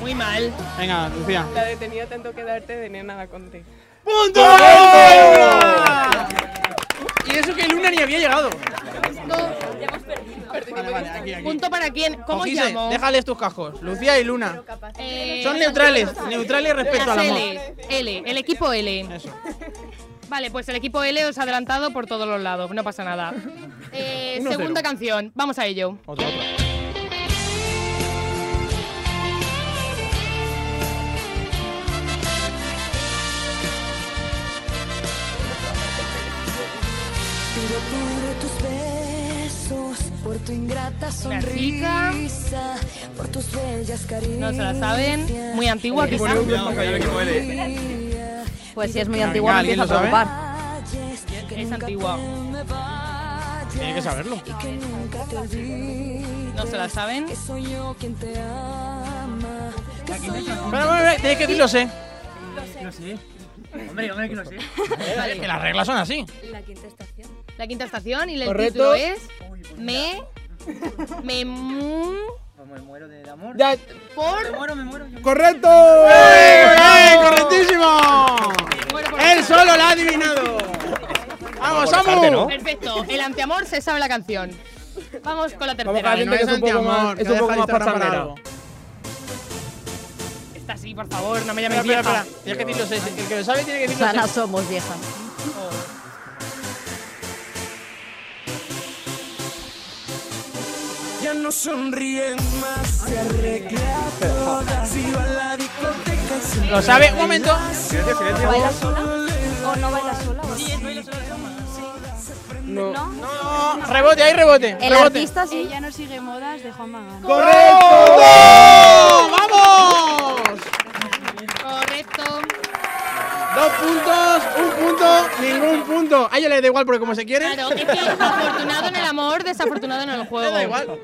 [SPEAKER 6] Muy mal.
[SPEAKER 2] Venga, Lucía.
[SPEAKER 13] La detenida tanto que darte de nena la conté.
[SPEAKER 2] ¡Punto! Y eso que Luna ni había llegado. Vale, vale, aquí, aquí.
[SPEAKER 6] Punto para quién. ¿Cómo
[SPEAKER 2] Ogise,
[SPEAKER 6] llamo?
[SPEAKER 2] Déjales tus cascos. Lucía y Luna.
[SPEAKER 6] Eh,
[SPEAKER 2] Son neutrales, neutrales respecto
[SPEAKER 6] las
[SPEAKER 2] al amor.
[SPEAKER 6] L, L, el equipo L. Vale, pues el equipo L os ha adelantado por todos los lados, no pasa nada. Eh,
[SPEAKER 2] Uno
[SPEAKER 6] segunda
[SPEAKER 2] cero.
[SPEAKER 6] canción, vamos a ello.
[SPEAKER 2] Otra, otra.
[SPEAKER 16] Tiro por tus besos, por tu ingrata
[SPEAKER 6] chica.
[SPEAKER 16] sonrisa, por tus bellas caricias.
[SPEAKER 6] No se la saben, muy antigua quizá.
[SPEAKER 17] Pues si es muy
[SPEAKER 2] Venga,
[SPEAKER 17] antigua, me
[SPEAKER 2] ¿alguien
[SPEAKER 17] empieza a
[SPEAKER 2] lo sabe?
[SPEAKER 17] preocupar.
[SPEAKER 6] Es antigua.
[SPEAKER 2] Tiene que saberlo.
[SPEAKER 6] No se la saben.
[SPEAKER 2] Espera, espera, espera, tenéis que decir lo sé.
[SPEAKER 6] Lo sé.
[SPEAKER 2] Hombre, hombre, que lo sé. que las reglas son así.
[SPEAKER 6] La quinta estación. Eh, La quinta estación y el
[SPEAKER 2] Correcto.
[SPEAKER 6] título es Me me mu
[SPEAKER 17] Me muero de amor.
[SPEAKER 6] por
[SPEAKER 3] ¡Correcto!
[SPEAKER 2] ¡Eh, correctísimo! Él solo la ha adivinado. Vamos,
[SPEAKER 6] Por
[SPEAKER 2] Samu.
[SPEAKER 6] descarte, ¿no? Perfecto, el antiamor se sabe la canción. Vamos con la tercera.
[SPEAKER 3] Vamos con la gente que es un poco más, es un poco más pachanguera.
[SPEAKER 6] Está así, por favor, no me llames
[SPEAKER 2] Espera, espera,
[SPEAKER 6] vieja.
[SPEAKER 2] espera. Tienes que decir lo sé. El que lo sabe tiene que decir lo sé.
[SPEAKER 17] Sana somos vieja.
[SPEAKER 4] Ya no sonríen más, se arregla toda. Si va a la discoteca, se
[SPEAKER 2] Lo sabe. Un momento.
[SPEAKER 4] Silencio, silencio.
[SPEAKER 17] ¿Baila sola? ¿O no baila sola? Sí,
[SPEAKER 3] No.
[SPEAKER 2] No, Rebote, hay rebote.
[SPEAKER 17] El
[SPEAKER 2] rebote.
[SPEAKER 17] artista sí.
[SPEAKER 13] Ella no sigue modas de Juan Magán.
[SPEAKER 2] ¡Correcto! ¡Vamos!
[SPEAKER 6] Correcto.
[SPEAKER 2] Dos puntos, un punto, ningún punto. A ella le da igual porque como se quiere.
[SPEAKER 6] Claro, es que afortunado en el amor, desafortunado en el juego.
[SPEAKER 2] Le da igual.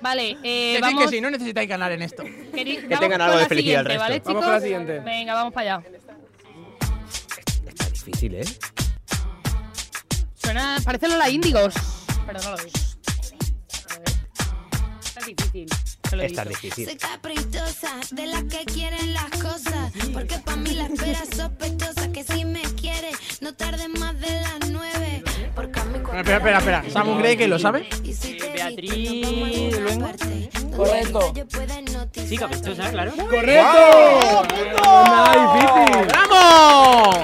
[SPEAKER 6] Vale, eh,
[SPEAKER 2] Decid
[SPEAKER 6] vamos.
[SPEAKER 2] que si no necesitáis ganar en esto.
[SPEAKER 6] queri-
[SPEAKER 2] que
[SPEAKER 6] vamos
[SPEAKER 2] tengan
[SPEAKER 6] con
[SPEAKER 2] algo de
[SPEAKER 6] la
[SPEAKER 2] felicidad el
[SPEAKER 6] siguiente,
[SPEAKER 2] resto.
[SPEAKER 6] ¿vale,
[SPEAKER 2] Vamos con
[SPEAKER 6] chicos?
[SPEAKER 2] la siguiente.
[SPEAKER 6] Venga, vamos para allá.
[SPEAKER 7] Difícil, ¿eh?
[SPEAKER 6] Suena, parece Lola Índigos. Pero no lo es. Está difícil. te lo he
[SPEAKER 7] Está
[SPEAKER 6] dicho.
[SPEAKER 7] difícil.
[SPEAKER 15] caprichosa, de las que quieren las cosas. Porque pa' mí la espera es sospechosa, que si me quiere, no tarde más de las nueve. Porque a mí
[SPEAKER 2] Bueno, espera, espera, espera. Samu cree que lo sabe.
[SPEAKER 15] Beatriz Luengo.
[SPEAKER 2] Correcto.
[SPEAKER 17] Sí, caprichosa, claro.
[SPEAKER 2] ¡Correcto!
[SPEAKER 3] Nada difícil.
[SPEAKER 2] ¡Vamos!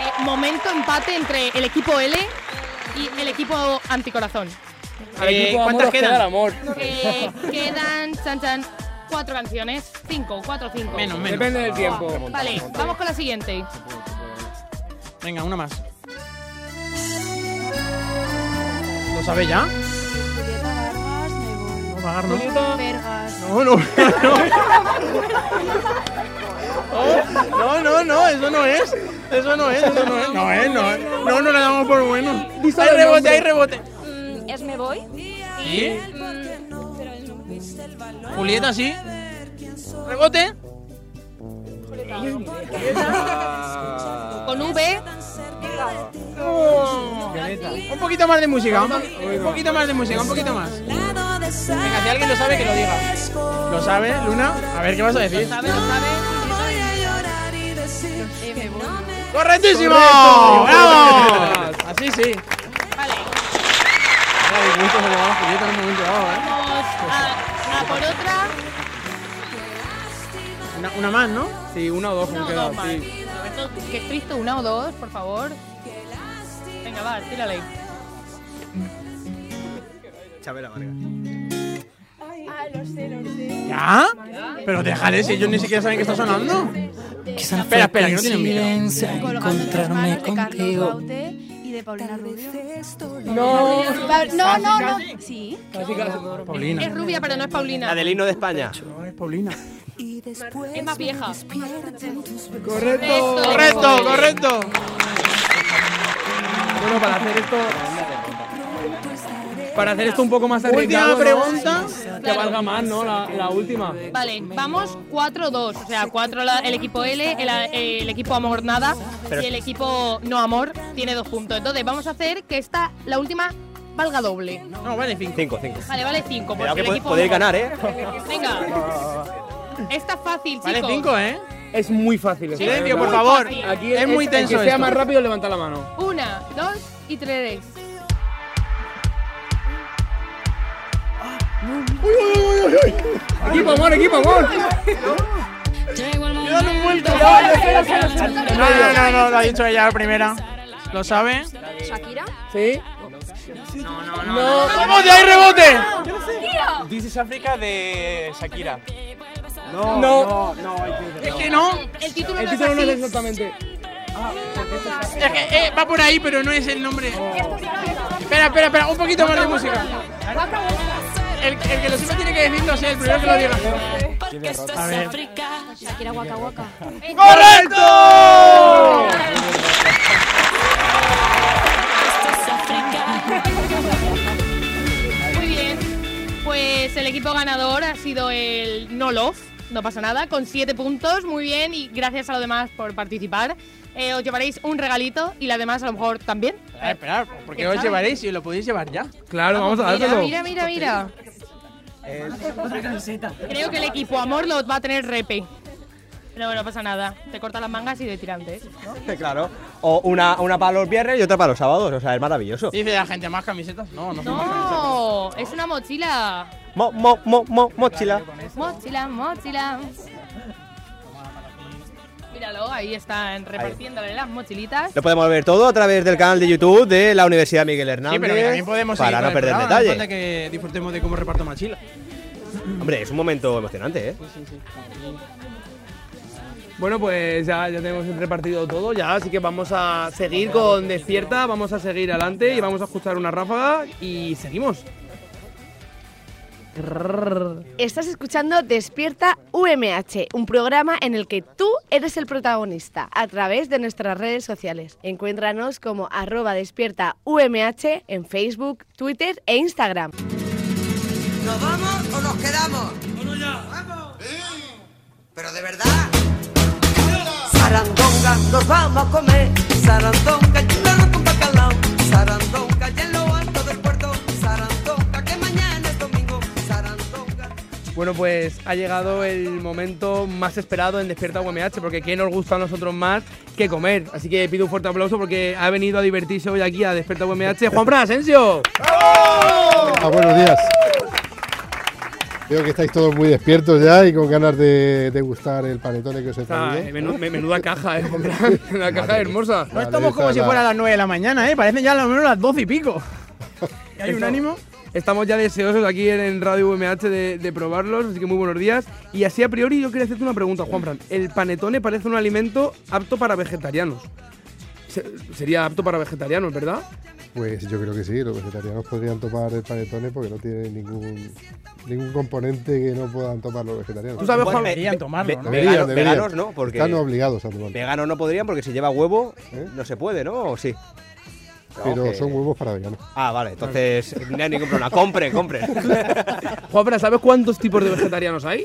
[SPEAKER 6] Eh, momento empate entre el equipo L y el equipo anticorazón.
[SPEAKER 2] Al Eh, equipo ¿cuántas amor os quedan? queda el amor.
[SPEAKER 6] Eh, quedan, chan, chan, cuatro canciones. Cinco, cuatro, cinco.
[SPEAKER 2] Menos, Ah, menos. Depende del tiempo.
[SPEAKER 6] Vale, vamos con la siguiente.
[SPEAKER 2] Venga, una más. ¿Lo sabe ya? No, Vagar no. No, no, Oh, no. No, no, no, eso no es. Eso no es, eso no es. No es, no es. No, no le damos por bueno. Hay rebote, hay rebote.
[SPEAKER 18] Mm,
[SPEAKER 17] ¿Es me voy?
[SPEAKER 2] ¿Sí? Julieta, sí. ¿Rebote? Ah,
[SPEAKER 6] Con V.
[SPEAKER 2] Un poquito más de música, un, po- un poquito más de música, un poquito más. Venga, si alguien lo sabe, que lo diga. ¿Lo sabes, Luna? A ver, ¿qué vas a decir? Eh, ¡Correctísimo!
[SPEAKER 4] Correcto.
[SPEAKER 2] ¡Bravo! Así sí. Vale. yo también me he llevado, ¿eh?
[SPEAKER 6] Vamos a, a Ah, por otra.
[SPEAKER 2] Una, una más, ¿no? Sí, una o dos,
[SPEAKER 6] Una o dos más. Roberto, qué triste, una o dos, por favor. Venga, va, tírale.
[SPEAKER 7] Chabela Vargas.
[SPEAKER 13] Ah, lo sé, lo sé.
[SPEAKER 2] ¿Ya? Pero déjale, si ellos ni siquiera saben que está sonando. Espera, espera, que no tienen miedo.
[SPEAKER 4] Encontrarme contigo.
[SPEAKER 17] Y de Paulina Rubio.
[SPEAKER 4] No.
[SPEAKER 17] No, no, no.
[SPEAKER 4] Casi,
[SPEAKER 17] Sí.
[SPEAKER 2] Paulina.
[SPEAKER 6] Es rubia, pero no es Paulina.
[SPEAKER 7] Adelino de España.
[SPEAKER 2] No, es Paulina.
[SPEAKER 6] Es más vieja.
[SPEAKER 2] Correcto, correcto, correcto.
[SPEAKER 3] Bueno, para hacer esto. Para hacer esto un poco más
[SPEAKER 2] Última
[SPEAKER 3] arriesgado. ¿no?
[SPEAKER 2] pregunta.
[SPEAKER 3] Que valga más, ¿no? La, la última.
[SPEAKER 6] Vale, vamos 4-2. O sea, 4 la- el equipo L, el, eh, el equipo Amor Nada
[SPEAKER 3] Pero-
[SPEAKER 6] y el equipo No Amor tiene dos puntos. Entonces, vamos a hacer que esta, la última, valga doble.
[SPEAKER 2] No, vale, 5.
[SPEAKER 7] 5, 5.
[SPEAKER 6] Vale, vale 5.
[SPEAKER 7] Cuidado que pod- podéis ganar, ¿eh?
[SPEAKER 6] Venga. Esta es fácil,
[SPEAKER 3] Ah. Vale,
[SPEAKER 6] chicos.
[SPEAKER 3] cinco, ¿eh? Es muy fácil. esto,
[SPEAKER 2] Silencio,
[SPEAKER 3] de verdad.
[SPEAKER 2] por favor.
[SPEAKER 3] Aquí
[SPEAKER 2] Es muy
[SPEAKER 3] el
[SPEAKER 2] tenso
[SPEAKER 3] Que sea
[SPEAKER 2] esto.
[SPEAKER 3] más rápido, levanta la mano.
[SPEAKER 6] Una, dos y tres.
[SPEAKER 3] Equipo amor, equipo amor.
[SPEAKER 2] No, no, no, no, lo ha dicho ella la primera. ¿Lo sabe?
[SPEAKER 17] ¿Shakira?
[SPEAKER 3] Sí.
[SPEAKER 17] No,
[SPEAKER 2] no,
[SPEAKER 3] No.
[SPEAKER 2] ¡Rebote, hay rebote!
[SPEAKER 19] This is Africa de Shakira.
[SPEAKER 3] No, No.
[SPEAKER 2] Es que no.
[SPEAKER 6] El título
[SPEAKER 3] El título no es exactamente.
[SPEAKER 2] Es que eh, va por ahí, pero no es el nombre.
[SPEAKER 3] Oh.
[SPEAKER 2] Espera, espera, espera, un poquito más de música. El, el que lo sepa tiene que decirlo, sé, el primero que lo diga. A ver.
[SPEAKER 17] Shakira Waka Waka.
[SPEAKER 2] ¡Correcto!
[SPEAKER 6] Muy bien. Pues el equipo ganador ha sido el No Love, no pasa nada, con siete puntos. Muy bien, y gracias a los demás por participar. Eh, os llevaréis un regalito y la demás a lo mejor también.
[SPEAKER 2] Eh, esperad, ¿por qué os llevaréis si lo podéis llevar ya?
[SPEAKER 3] Claro, vamos a
[SPEAKER 6] Mira,
[SPEAKER 3] dárselo.
[SPEAKER 6] mira, mira, mira. Creo que el equipo Amor lo va a tener repe. Pero bueno, pasa nada. Te corta las mangas y de tirantes. ¿no?
[SPEAKER 7] Claro. O una, una para los viernes y otra para los sábados. O sea, es maravilloso.
[SPEAKER 2] Dice la gente más camisetas. No, no.
[SPEAKER 6] No, es una mochila.
[SPEAKER 7] Mo, mo, mo, mo, mochila.
[SPEAKER 6] Mochila, mochila. Míralo, ahí están repartiéndole las mochilitas.
[SPEAKER 7] Lo podemos ver todo a través del canal de YouTube de la Universidad Miguel Hernández.
[SPEAKER 2] Sí, pero que también podemos seguir
[SPEAKER 7] Para no
[SPEAKER 2] con el
[SPEAKER 7] perder
[SPEAKER 2] programa, hace falta
[SPEAKER 7] detalle.
[SPEAKER 2] que disfrutemos de cómo reparto mochila.
[SPEAKER 7] Hombre, es un momento emocionante, ¿eh?
[SPEAKER 3] Bueno, pues ya, ya tenemos repartido todo, ya, así que vamos a seguir con Despierta, vamos a seguir adelante y vamos a ajustar una ráfaga y seguimos.
[SPEAKER 20] Estás escuchando Despierta UMH, un programa en el que tú eres el protagonista a través de nuestras redes sociales. Encuéntranos como arroba despierta UMH en Facebook, Twitter e Instagram.
[SPEAKER 4] ¿Nos vamos o nos quedamos? Bueno, ya. ¡Vamos! Pero de verdad. Sarandonga, nos vamos a comer. Sarandonga, churro con bacalao. Sarandonga, ya en lo alto del puerto. Sarandonga, que mañana es domingo. Sarandonga.
[SPEAKER 3] Bueno, pues ha llegado el momento más esperado en Despierta UMH, porque ¿qué nos gusta a nosotros más que comer? Así que pido un fuerte aplauso porque ha venido a divertirse hoy aquí a Despierta UMH Juan Fran Asensio.
[SPEAKER 21] Ah, buenos días. Veo que estáis todos muy despiertos ya y con ganas de degustar el panetone que os he
[SPEAKER 3] Ah,
[SPEAKER 21] traído.
[SPEAKER 3] menu- me- menuda caja, eh, Juan Fran, una caja hermosa.
[SPEAKER 21] No
[SPEAKER 2] Estamos como si fuera a las 9 de la mañana, ¿eh? Parecen ya a lo menos las 12 y pico.
[SPEAKER 3] ¿Hay un ánimo? Estamos ya deseosos aquí en, en Radio UMH de, de probarlos, así que muy buenos días. Y así a priori yo quería hacerte una pregunta, Juanfran. El panetone parece un alimento apto para vegetarianos. Se- sería apto para vegetarianos, ¿verdad?
[SPEAKER 21] Pues yo creo que sí, los vegetarianos podrían tomar el panetone porque no tiene ningún, ningún componente que no puedan tomar los vegetarianos.
[SPEAKER 7] Tú sabes, Juan- Bueno, deberían ve- tomarlo, ve- ¿no? vegano- veganos no, porque-
[SPEAKER 21] Están obligados a tomarlo.
[SPEAKER 7] Veganos no podrían porque si lleva huevo no se puede, ¿no? ¿O sí?
[SPEAKER 21] Pero
[SPEAKER 7] que-
[SPEAKER 21] son huevos para veganos.
[SPEAKER 7] Ah, vale, entonces no hay ningún problema. Compre, compre.
[SPEAKER 3] Juanfran, ¿sabes cuántos tipos de vegetarianos hay?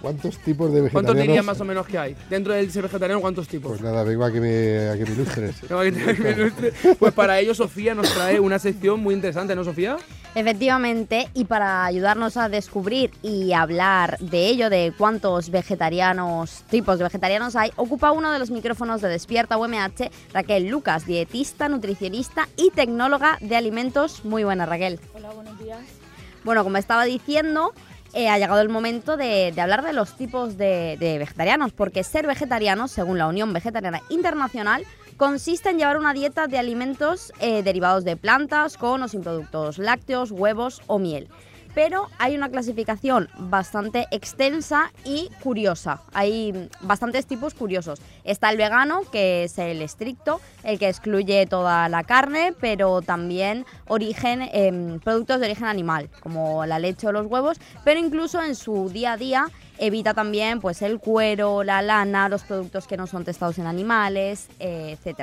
[SPEAKER 21] ¿Cuántos tipos de
[SPEAKER 3] ¿Cuántos dirías
[SPEAKER 21] vegetarianos?
[SPEAKER 3] más o menos que hay? Dentro del ser vegetariano, ¿cuántos tipos?
[SPEAKER 21] Pues nada, vengo a que me, a que me ilustres.
[SPEAKER 3] No, que te- me ilustre. Pues para ello Sofía nos trae una sección muy interesante, ¿no, Sofía?
[SPEAKER 18] Efectivamente, y para ayudarnos a descubrir y hablar de ello, de cuántos vegetarianos, tipos de vegetarianos hay, ocupa uno de los micrófonos de Despierta UMH Raquel Lucas, dietista, nutricionista y tecnóloga de alimentos. Muy buena, Raquel.
[SPEAKER 13] Hola, buenos días.
[SPEAKER 18] Bueno, como estaba diciendo, eh, ha llegado el momento de, de hablar de los tipos de, de vegetarianos, porque ser vegetariano, según la Unión Vegetariana Internacional, consiste en llevar una dieta de alimentos eh, derivados de plantas, con o sin productos lácteos, huevos o miel. Pero hay una clasificación bastante extensa y curiosa. Hay mm, bastantes tipos curiosos. Está el vegano, que es el estricto, el que excluye toda la carne, pero también origen, em, productos de origen animal, como la leche o los huevos, pero incluso en su día a día evita también pues, el cuero, la lana, los productos que no son testados en animales, eh, etc.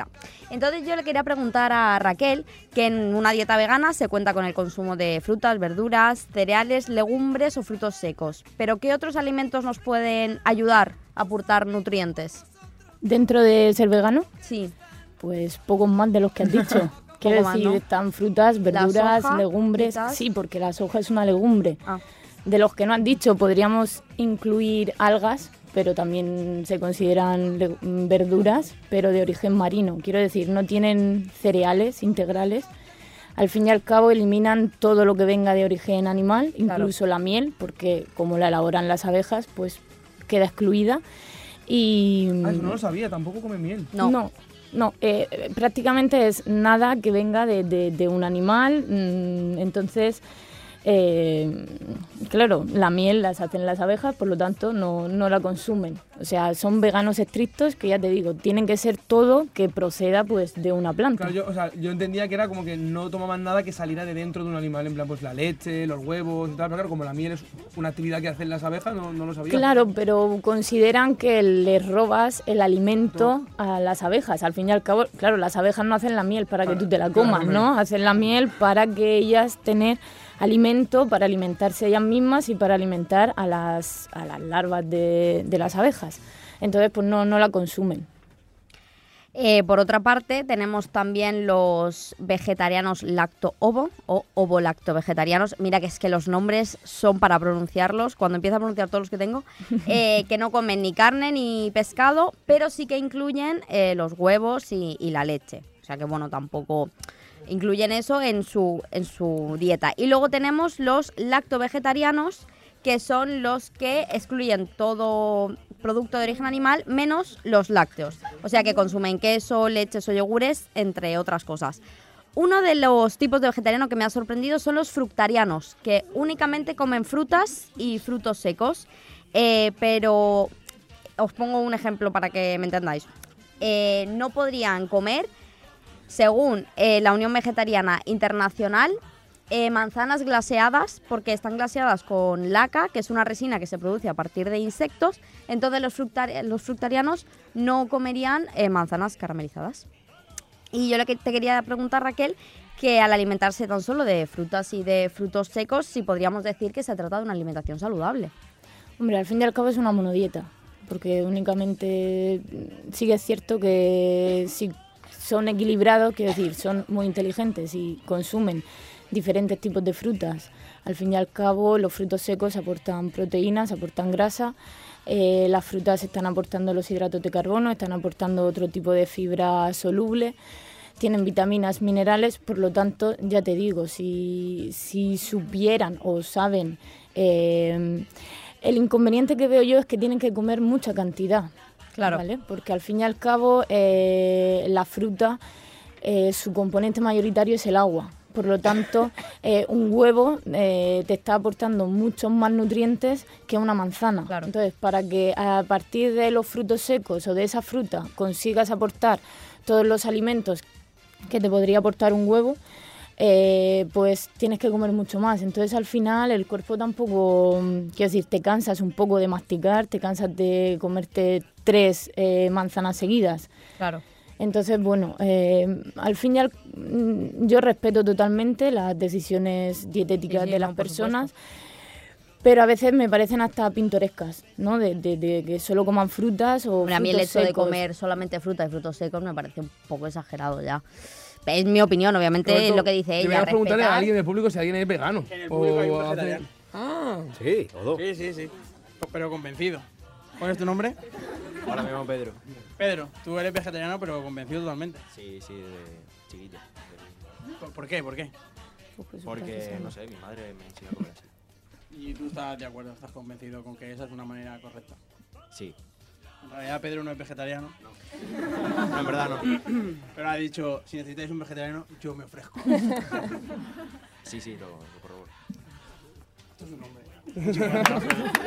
[SPEAKER 18] Entonces yo le quería preguntar a Raquel que en una dieta vegana se cuenta con el consumo de frutas, verduras, cereales, legumbres o frutos secos, pero ¿qué otros alimentos nos pueden ayudar a aportar nutrientes?
[SPEAKER 22] Dentro de ser vegano,
[SPEAKER 18] sí.
[SPEAKER 22] pues pocos más de los que has dicho. Quiero
[SPEAKER 18] Poco más,
[SPEAKER 22] decir,
[SPEAKER 18] ¿no?
[SPEAKER 22] están frutas, verduras,
[SPEAKER 18] soja,
[SPEAKER 22] legumbres.
[SPEAKER 18] quizás. Ah.
[SPEAKER 22] Sí, porque la soja es una legumbre. De los que no han dicho, podríamos incluir algas, pero también se consideran le- mm, verduras, pero de origen marino. Quiero decir, no tienen cereales integrales. Al fin y al cabo eliminan todo lo que venga de origen animal,
[SPEAKER 18] Claro.
[SPEAKER 22] incluso la miel, porque como la elaboran las abejas, pues queda excluida. Y
[SPEAKER 3] Ah, eso no lo sabía, tampoco come miel.
[SPEAKER 22] Mm. no, no, eh, eh, prácticamente es nada que venga de, de- de un animal. mm, Entonces, eh, claro, la miel las hacen las abejas, por lo tanto no, no la consumen. O sea, son veganos estrictos que ya te digo, tienen que ser todo que proceda pues de una planta.
[SPEAKER 3] Claro, yo, o sea, yo entendía que era como que no tomaban nada que saliera de dentro de un animal, en plan, pues la leche, los huevos y tal, pero claro, como la miel es una actividad que hacen las abejas, no, no lo sabía.
[SPEAKER 22] Claro, pero consideran que les robas el alimento a las abejas. Al fin y al cabo, claro, las abejas no hacen la miel para que tú te la comas,
[SPEAKER 18] claro,
[SPEAKER 22] ¿no?
[SPEAKER 18] claro.
[SPEAKER 22] Hacen la miel para que ellas tener alimento para alimentarse ellas mismas y para alimentar a las, a las larvas de, de las abejas. Entonces, pues no, no la consumen.
[SPEAKER 18] Eh, por otra parte, tenemos también los vegetarianos lacto-ovo o ovo-lacto-vegetarianos. Mira que es que los nombres son para pronunciarlos. Cuando empiezo a pronunciar todos los que tengo, eh, que no comen ni carne ni pescado, pero sí que incluyen eh, los huevos y, y la leche. O sea que, bueno, tampoco incluyen eso en su, en su dieta. Y luego tenemos los lacto-vegetarianos, que son los que excluyen todo producto de origen animal menos los lácteos. O sea que consumen queso, leches o yogures, entre otras cosas. Uno de los tipos de vegetariano que me ha sorprendido son los fructarianos, que únicamente comen frutas y frutos secos. Eh, pero os pongo un ejemplo para que me entendáis. Eh, no podrían comer según eh, la Unión Vegetariana Internacional, eh, manzanas glaseadas, porque están glaseadas con laca, que es una resina que se produce a partir de insectos. Entonces los, fructar- los fructarianos no comerían eh, manzanas caramelizadas. Y yo lo que te quería preguntar, Raquel, que al alimentarse tan solo de frutas y de frutos secos, si podríamos decir que se trata de una alimentación saludable.
[SPEAKER 22] Hombre, al fin y al cabo es una monodieta, porque únicamente mm, sí que es cierto que si son equilibrados, quiero decir, son muy inteligentes y consumen diferentes tipos de frutas. Al fin y al cabo, los frutos secos aportan proteínas, aportan grasa, eh, las frutas están aportando los hidratos de carbono, están aportando otro tipo de fibra soluble tienen vitaminas, minerales, por lo tanto, ya te digo, si, si supieran o saben, eh, el inconveniente que veo yo es que tienen que comer mucha cantidad.
[SPEAKER 18] Claro.
[SPEAKER 22] ¿vale? Porque al fin y al cabo, eh, la fruta, eh, su componente mayoritario es el agua. Por lo tanto, eh, un huevo eh, te está aportando muchos más nutrientes que una manzana. Entonces, para que a partir de los frutos secos o de esa fruta consigas aportar todos los alimentos que te podría aportar un huevo, eh, pues tienes que comer mucho más. Entonces al final el cuerpo tampoco, mm, quiero decir, te cansas un poco de masticar, te cansas de comerte tres eh, manzanas seguidas.
[SPEAKER 18] Claro.
[SPEAKER 22] Entonces, bueno, eh, al fin y al mm, yo respeto totalmente las decisiones dietéticas
[SPEAKER 18] sí,
[SPEAKER 22] de las
[SPEAKER 18] no, por
[SPEAKER 22] personas, pero a veces me parecen hasta pintorescas, ¿no? De, de- de que solo coman frutas o
[SPEAKER 18] Hombre, a mí el
[SPEAKER 22] frutos
[SPEAKER 18] hecho de
[SPEAKER 22] secos.
[SPEAKER 18] comer solamente fruta y frutos secos me parece un poco exagerado ya. Es mi opinión, obviamente,
[SPEAKER 3] Roberto,
[SPEAKER 18] lo que dice ella.
[SPEAKER 3] Deberíamos preguntarle a
[SPEAKER 18] respetar.
[SPEAKER 3] alguien del público si alguien es vegano. En el
[SPEAKER 18] público hay un vegetariano.
[SPEAKER 2] Ah.
[SPEAKER 7] Sí, o dos.
[SPEAKER 2] Sí, sí, sí. Pero convencido. ¿Cuál es tu nombre?
[SPEAKER 1] Ahora mismo Pedro.
[SPEAKER 2] Pedro, tú eres vegetariano, pero convencido totalmente.
[SPEAKER 1] Sí, sí, de chiquillo.
[SPEAKER 2] ¿Por, por qué? ¿Por qué?
[SPEAKER 18] Pues
[SPEAKER 1] Porque, no sé, mi madre me enseñó a comer así.
[SPEAKER 2] Y tú estás de acuerdo, estás convencido con que esa es una manera correcta.
[SPEAKER 1] Sí.
[SPEAKER 2] En realidad Pedro no es vegetariano.
[SPEAKER 1] No, en verdad no.
[SPEAKER 2] Pero ha dicho, si necesitáis un vegetariano, yo me ofrezco.
[SPEAKER 1] Sí, sí, lo, lo corroboro.
[SPEAKER 2] Esto es un hombre.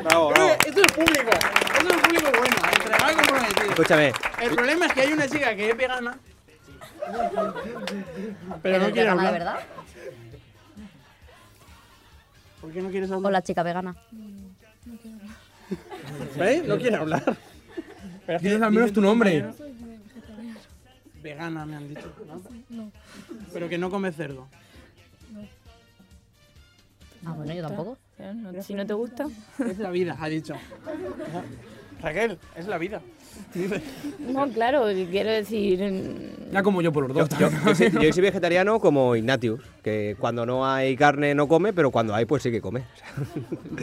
[SPEAKER 7] Bravo, bravo.
[SPEAKER 2] Esto es público. Esto es público bueno. entregado y comprometido.
[SPEAKER 7] Escúchame.
[SPEAKER 2] El problema es que hay una chica que es vegana. Pero no
[SPEAKER 18] es vegana
[SPEAKER 2] quiere
[SPEAKER 18] de
[SPEAKER 2] hablar.
[SPEAKER 18] verdad?
[SPEAKER 2] ¿Por qué no quieres hablar?
[SPEAKER 18] O la chica vegana.
[SPEAKER 2] ¿Veis? ¿Eh? No quiere hablar. Pero es que
[SPEAKER 3] Dices al menos
[SPEAKER 2] dicen
[SPEAKER 3] tu
[SPEAKER 2] tus
[SPEAKER 3] nombre.
[SPEAKER 2] compañeros- Vegana me han dicho. ¿no? Pero que no come cerdo.
[SPEAKER 18] Ah, bueno, yo tampoco.
[SPEAKER 22] Si no te gusta.
[SPEAKER 2] Es la vida, ha dicho. Raquel, es la vida. Dice.
[SPEAKER 22] No, claro, quiero decir,
[SPEAKER 3] Ya como yo por los dos.
[SPEAKER 7] Yo, yo soy, yo soy vegetariano como Ignatius, que cuando no hay carne no come, pero cuando hay pues sí que come.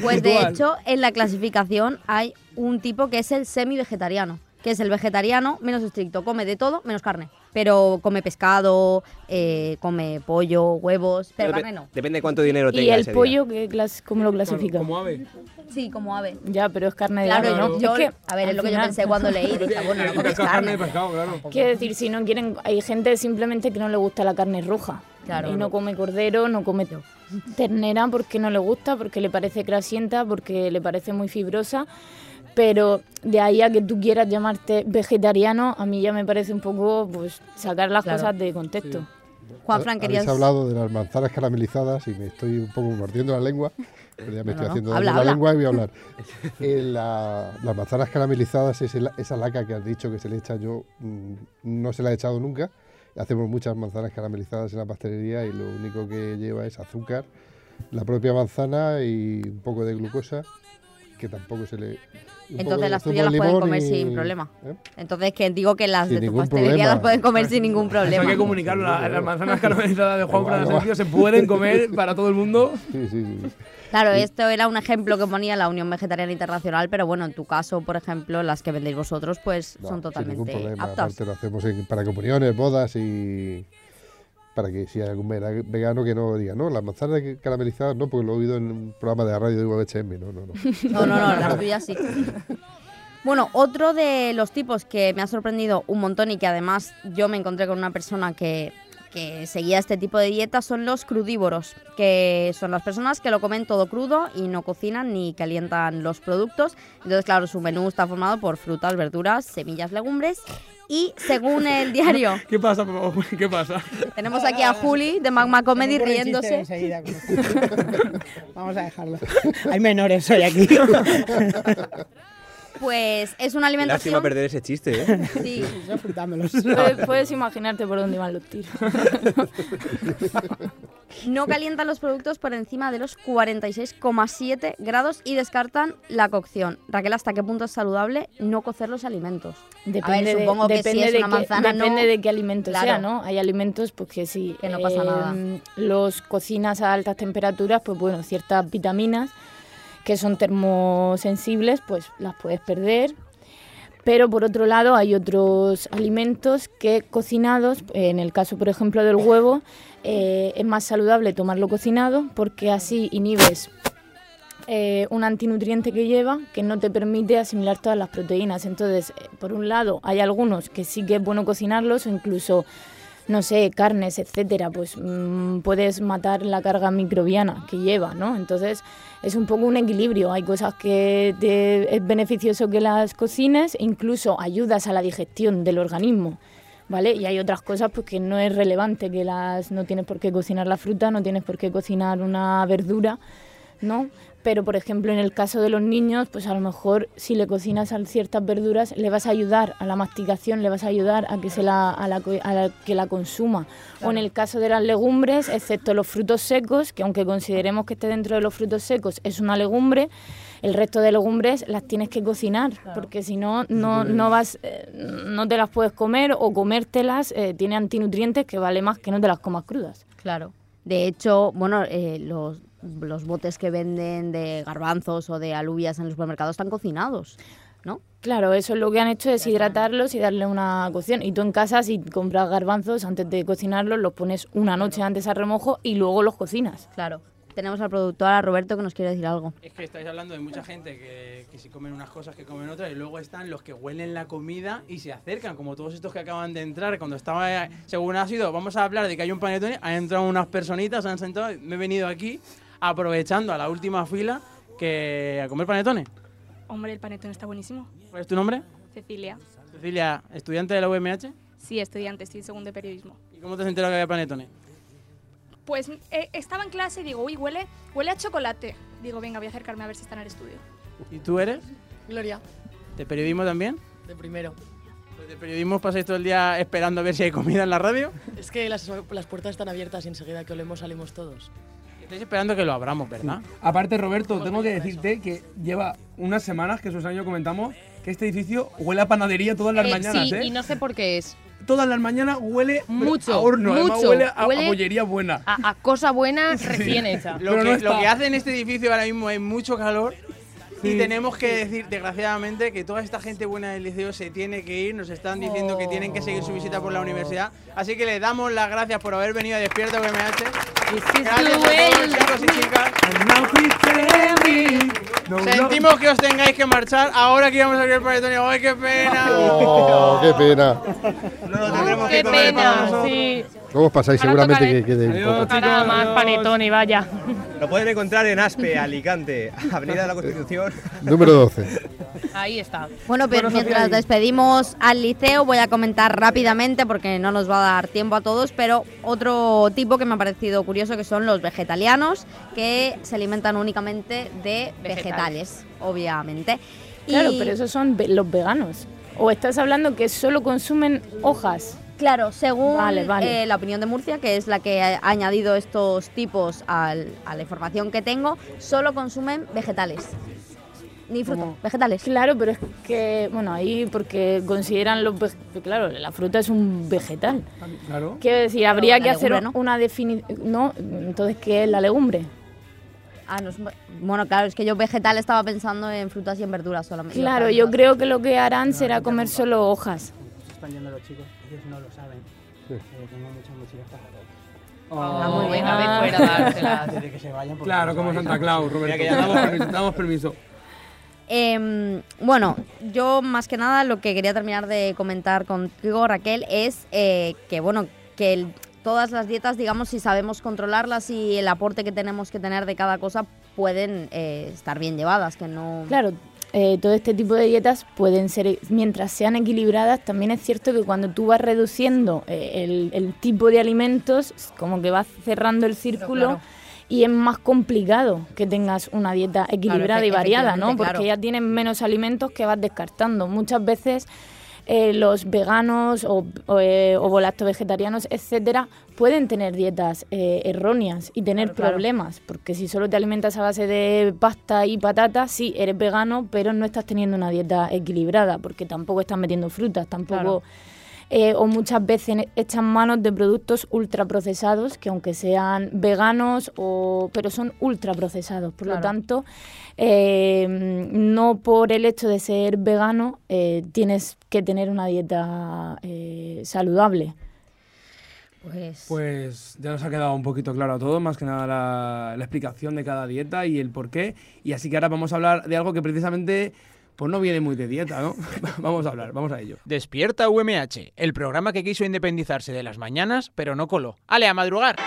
[SPEAKER 18] Pues de
[SPEAKER 7] Igual.
[SPEAKER 18] hecho, en la clasificación hay un tipo que es el semi-vegetariano, que es el vegetariano menos estricto, come de todo menos carne, pero come pescado, eh, come pollo, huevos, pero
[SPEAKER 7] Depe-
[SPEAKER 18] carne no.
[SPEAKER 7] Depende de cuánto dinero
[SPEAKER 18] Y
[SPEAKER 7] tenga
[SPEAKER 18] el
[SPEAKER 7] ese día.
[SPEAKER 18] pollo-
[SPEAKER 22] Yo que clas- eh, ¿Cómo lo clasifica? Como
[SPEAKER 3] ave.
[SPEAKER 18] Sí, como ave.
[SPEAKER 22] Ya, pero es carne de
[SPEAKER 18] Claro,
[SPEAKER 22] ave,
[SPEAKER 18] yo-
[SPEAKER 22] ¿no?
[SPEAKER 18] yo-
[SPEAKER 22] Es que,
[SPEAKER 18] a ver, es
[SPEAKER 22] al
[SPEAKER 18] lo que yo
[SPEAKER 22] final-
[SPEAKER 18] pensé cuando leí, dije, pues, ah, bueno, no comes carne.
[SPEAKER 22] Quiero decir, si no quieren, hay gente simplemente que no le gusta la carne roja.
[SPEAKER 18] Claro.
[SPEAKER 22] Y no come cordero, no come ternera porque no le gusta, porque le parece grasienta, porque le parece muy fibrosa. Pero de ahí a que tú quieras llamarte vegetariano, a mí ya me parece un poco pues sacar las
[SPEAKER 18] Claro.
[SPEAKER 22] cosas de contexto.
[SPEAKER 18] Juan Fran,
[SPEAKER 21] Habéis
[SPEAKER 18] querías...
[SPEAKER 21] hablado de las manzanas caramelizadas y me estoy un poco mordiendo la lengua. Pero ya me
[SPEAKER 18] No,
[SPEAKER 21] estoy
[SPEAKER 18] no,
[SPEAKER 21] haciendo
[SPEAKER 18] no.
[SPEAKER 21] daño
[SPEAKER 18] Habla,
[SPEAKER 21] en la
[SPEAKER 18] habla.
[SPEAKER 21] lengua y voy a hablar. Eh, la- las manzanas caramelizadas es el- esa laca que has dicho que se le echa yo, mm, no se la he echado nunca. Hacemos muchas manzanas caramelizadas en la pastelería y lo único que lleva es azúcar, la propia manzana y un poco de glucosa, que tampoco se le... un poco de
[SPEAKER 18] Entonces las
[SPEAKER 21] zumo
[SPEAKER 18] tuyas las
[SPEAKER 21] de
[SPEAKER 18] pueden
[SPEAKER 21] limón
[SPEAKER 18] comer
[SPEAKER 21] y-
[SPEAKER 18] sin problema.
[SPEAKER 21] ¿eh?
[SPEAKER 18] Entonces que digo que las
[SPEAKER 21] Sin
[SPEAKER 18] de tu
[SPEAKER 21] ningún
[SPEAKER 18] pastelería
[SPEAKER 21] problema.
[SPEAKER 18] las pueden comer sin ningún
[SPEAKER 3] Eso
[SPEAKER 18] problema.
[SPEAKER 3] hay que comunicarlo. la- Las manzanas caramelizadas de Juan Fran Asensio se pueden comer para todo el mundo.
[SPEAKER 21] Sí, sí, sí.
[SPEAKER 18] Claro, esto era un ejemplo que ponía la Unión Vegetariana Internacional, pero bueno, en tu caso, por ejemplo, las que vendéis vosotros, pues
[SPEAKER 21] No, Sin
[SPEAKER 18] son
[SPEAKER 21] ningún
[SPEAKER 18] totalmente
[SPEAKER 21] problema.
[SPEAKER 18] aptas.
[SPEAKER 21] Aparte lo hacemos en- para comuniones, bodas y para que si hay algún vera- vegano que no diga, no, las manzanas que- caramelizadas no, porque lo he oído en un programa de la radio de UHM, no, no, no.
[SPEAKER 18] No, no, no, las tuyas sí. Bueno, otro de los tipos que me ha sorprendido un montón y que además yo me encontré con una persona que, que seguía este tipo de dietas son los crudívoros, que son las personas que lo comen todo crudo y no cocinan ni calientan los productos. Entonces, claro, su menú está formado por frutas, verduras, semillas, legumbres y según el diario...
[SPEAKER 3] ¿Qué pasa, por favor? ¿Qué pasa?
[SPEAKER 18] Tenemos aquí a Juli de Magma Comedy
[SPEAKER 8] Se me ocurre un chiste
[SPEAKER 18] riéndose.
[SPEAKER 8] enseguida, este Vamos a dejarlo. Hay menores hoy aquí.
[SPEAKER 18] Pues es una alimentación.
[SPEAKER 7] Lástima perder ese chiste, ¿eh?
[SPEAKER 18] Sí.
[SPEAKER 8] Yo
[SPEAKER 22] pues,
[SPEAKER 8] frutándolos.
[SPEAKER 22] Puedes, puedes imaginarte por dónde van los tiros.
[SPEAKER 18] No calientan los productos por encima de los 46,7 grados y descartan la cocción. Raquel, ¿hasta qué punto es saludable no cocer los alimentos? a ver,
[SPEAKER 22] de-
[SPEAKER 18] supongo que si
[SPEAKER 22] depende
[SPEAKER 18] es
[SPEAKER 22] de
[SPEAKER 18] una
[SPEAKER 22] qué-
[SPEAKER 18] manzana no-
[SPEAKER 22] depende de qué alimento
[SPEAKER 18] Claro.
[SPEAKER 22] sea, ¿no? Hay alimentos pues que sí,
[SPEAKER 18] Que no pasa nada.
[SPEAKER 22] Los cocinas a altas temperaturas, pues bueno, ciertas vitaminas que son termosensibles, pues las puedes perder. Pero por otro lado hay otros alimentos que cocinados, en el caso por ejemplo del huevo, eh, es más saludable tomarlo cocinado porque así inhibes eh, un antinutriente que lleva que no te permite asimilar todas las proteínas. Entonces, eh, por un lado, hay algunos que sí que es bueno cocinarlos o incluso, no sé, carnes, etcétera, pues mm, puedes matar la carga microbiana que lleva, ¿no? Entonces, es un poco un equilibrio. Hay cosas que te- es beneficioso que las cocines, e incluso ayudas a la digestión del organismo. ¿Vale? Y hay otras cosas pues, que no es relevante, que las no tienes por qué cocinar la fruta, no tienes por qué cocinar una verdura, ¿no? Pero, por ejemplo, en el caso de los niños, pues a lo mejor si le cocinas al- ciertas verduras, le vas a ayudar a la masticación, le vas a ayudar a que, se la, a la co- a la- que la consuma. O en el caso de las legumbres, excepto los frutos secos, que aunque consideremos que esté dentro de los frutos secos, es una legumbre, el resto de legumbres las tienes que cocinar, porque si no, no, no vas, eh, no te las puedes comer o comértelas eh, tiene antinutrientes que vale más que no te las comas crudas.
[SPEAKER 6] Claro.
[SPEAKER 18] De hecho, bueno, eh, los, los botes que venden de garbanzos o de alubias en los supermercados están cocinados, ¿no?
[SPEAKER 22] Claro, eso es lo que han hecho, deshidratarlos y darle una cocción. Y tú en casa, si compras garbanzos, antes de cocinarlos, los pones una noche antes a remojo y luego los cocinas.
[SPEAKER 18] Claro. Tenemos al productor, a Roberto, que nos quiere decir algo.
[SPEAKER 2] Es que estáis hablando de mucha gente que, que si comen unas cosas, que comen otras, y luego están los que huelen la comida y se acercan, como todos estos que acaban de entrar, cuando estaba, eh, según ha sido, vamos a hablar de que hay un panetón, han entrado unas personitas, se han sentado, me he venido aquí aprovechando a la última fila que a comer panetones.
[SPEAKER 12] Hombre, el panetón está buenísimo.
[SPEAKER 2] ¿Cuál es tu nombre?
[SPEAKER 12] Cecilia.
[SPEAKER 2] Cecilia, estudiante de la UMH.
[SPEAKER 12] Sí, estudiante, estoy en segundo de periodismo.
[SPEAKER 2] ¿Y cómo te has enterado que había panetones?
[SPEAKER 12] Pues eh, estaba en clase y digo, uy, huele, huele a chocolate. Digo, venga, voy a acercarme a ver si está en el estudio.
[SPEAKER 2] ¿Y tú eres?
[SPEAKER 12] Gloria.
[SPEAKER 2] ¿De periodismo también?
[SPEAKER 4] De primero.
[SPEAKER 2] Pues ¿De periodismo pasáis todo el día esperando a ver si hay comida en la radio?
[SPEAKER 4] Es que las, las puertas están abiertas y enseguida que olemos salimos todos.
[SPEAKER 2] Estáis esperando que lo abramos, ¿verdad?
[SPEAKER 3] Aparte, Roberto, tengo que decirte que lleva unas semanas que Susana y yo comentamos que este edificio huele a panadería todas las
[SPEAKER 6] Eh,
[SPEAKER 3] mañanas,
[SPEAKER 6] sí,
[SPEAKER 3] ¿eh?
[SPEAKER 6] y no sé por qué es.
[SPEAKER 3] Todas las mañanas huele pero
[SPEAKER 6] Mucho,
[SPEAKER 3] a horno, además
[SPEAKER 6] mucho.
[SPEAKER 3] huele a, a
[SPEAKER 6] Huele-
[SPEAKER 3] bollería buena.
[SPEAKER 6] A, a cosa buena recién
[SPEAKER 2] Sí.
[SPEAKER 6] hecha.
[SPEAKER 2] Lo, que, lo que hace en este edificio ahora mismo es mucho calor. Y tenemos que decir, desgraciadamente, que toda esta gente buena del liceo se tiene que ir. Nos están diciendo que tienen que seguir su visita por la universidad. Así que les damos las gracias por haber venido a Despierta BMH. Gracias a todos,
[SPEAKER 23] duelo.
[SPEAKER 2] chicos y chicas. Sentimos que os tengáis que marchar ahora que íbamos a abrir el panetón. ¡Ay, qué pena!
[SPEAKER 21] Oh, qué pena.
[SPEAKER 6] Qué pena, sí.
[SPEAKER 21] Luego os pasáis seguramente que quede un poco.
[SPEAKER 6] Para más panetón y vaya.
[SPEAKER 7] Lo pueden encontrar en Aspe, Alicante, Avenida de la Constitución.
[SPEAKER 21] Número 12.
[SPEAKER 6] Ahí está.
[SPEAKER 18] Bueno, pero mientras despedimos al liceo, voy a comentar rápidamente porque no nos va a dar tiempo a todos, pero otro tipo que me ha parecido curioso que son los vegetarianos, que se alimentan únicamente de vegetales,
[SPEAKER 22] Vegetales.
[SPEAKER 18] obviamente.
[SPEAKER 22] Claro,
[SPEAKER 18] Y-
[SPEAKER 22] pero esos son ve- los veganos. O estás hablando que solo consumen hojas.
[SPEAKER 18] Claro, según
[SPEAKER 22] Vale, vale.
[SPEAKER 18] eh, la opinión de Murcia, que es la que ha añadido estos tipos al- a la información que tengo, solo consumen vegetales. Ni fruta, vegetales.
[SPEAKER 22] Claro, pero es que, bueno, ahí porque consideran los veg- Claro, la fruta es un vegetal.
[SPEAKER 3] Claro.
[SPEAKER 22] Quiero decir,
[SPEAKER 18] Pero
[SPEAKER 22] habría
[SPEAKER 18] la
[SPEAKER 22] que hacer
[SPEAKER 18] legumbre,
[SPEAKER 22] una definición. No, entonces, ¿qué es la legumbre?
[SPEAKER 18] Ah, no es- bueno, claro, es que yo vegetal estaba pensando en frutas y en verduras solamente.
[SPEAKER 22] Claro, yo creo que lo que harán será comer solo hojas.
[SPEAKER 24] Se están yendo los chicos, ellos no lo saben. Eh, tengo muchas mochilas para todos.
[SPEAKER 2] Ah,
[SPEAKER 24] muy bien, a ver, Oh. fuera, dárselas. Desde que se vayan, porque
[SPEAKER 3] Claro,
[SPEAKER 24] se
[SPEAKER 3] como
[SPEAKER 24] vayan.
[SPEAKER 3] Santa Claus,
[SPEAKER 24] Mira
[SPEAKER 3] Roberto.
[SPEAKER 24] que ya
[SPEAKER 3] Damos
[SPEAKER 24] está.
[SPEAKER 3] permiso, damos permiso.
[SPEAKER 18] Em, bueno, yo más que nada lo que quería terminar de comentar contigo, Raquel, es eh, que, bueno, que el- todas las dietas, digamos, si sabemos controlarlas y el aporte que tenemos que tener de cada cosa, pueden eh, estar bien llevadas, que no...
[SPEAKER 22] Claro, eh, todo este tipo de dietas pueden ser, mientras sean equilibradas, también es cierto que cuando tú vas reduciendo eh, el, el tipo de alimentos, como que vas cerrando el círculo. claro. Y es más complicado que tengas una dieta equilibrada y efe- variada, ¿no? efectivamente, Porque claro. ya tienes menos alimentos que vas descartando. Muchas veces eh, los veganos o, o, eh, ovolactovegetarianos, etcétera, pueden tener dietas eh, erróneas y tener
[SPEAKER 2] Claro, claro.
[SPEAKER 22] problemas. Porque si solo te alimentas a base de pasta y patatas, sí, eres vegano, pero no estás teniendo una dieta equilibrada, porque tampoco estás metiendo frutas, tampoco.
[SPEAKER 2] Claro.
[SPEAKER 22] eh, o muchas veces ne- echan manos de productos ultraprocesados, que aunque sean veganos, o, pero son ultraprocesados. Por lo
[SPEAKER 2] Claro.
[SPEAKER 22] tanto, eh, no por el hecho de ser vegano eh, tienes que tener una dieta eh, saludable.
[SPEAKER 18] Pues...
[SPEAKER 3] Pues ya nos ha quedado un poquito claro a todos, más que nada la, la explicación de cada dieta y el por qué. Y así que ahora vamos a hablar de algo que precisamente pues no viene muy de dieta, ¿no? vamos a hablar, vamos a ello.
[SPEAKER 25] Despierta UMH, el programa que quiso independizarse de las mañanas, pero no coló. ¡Ale, a madrugar!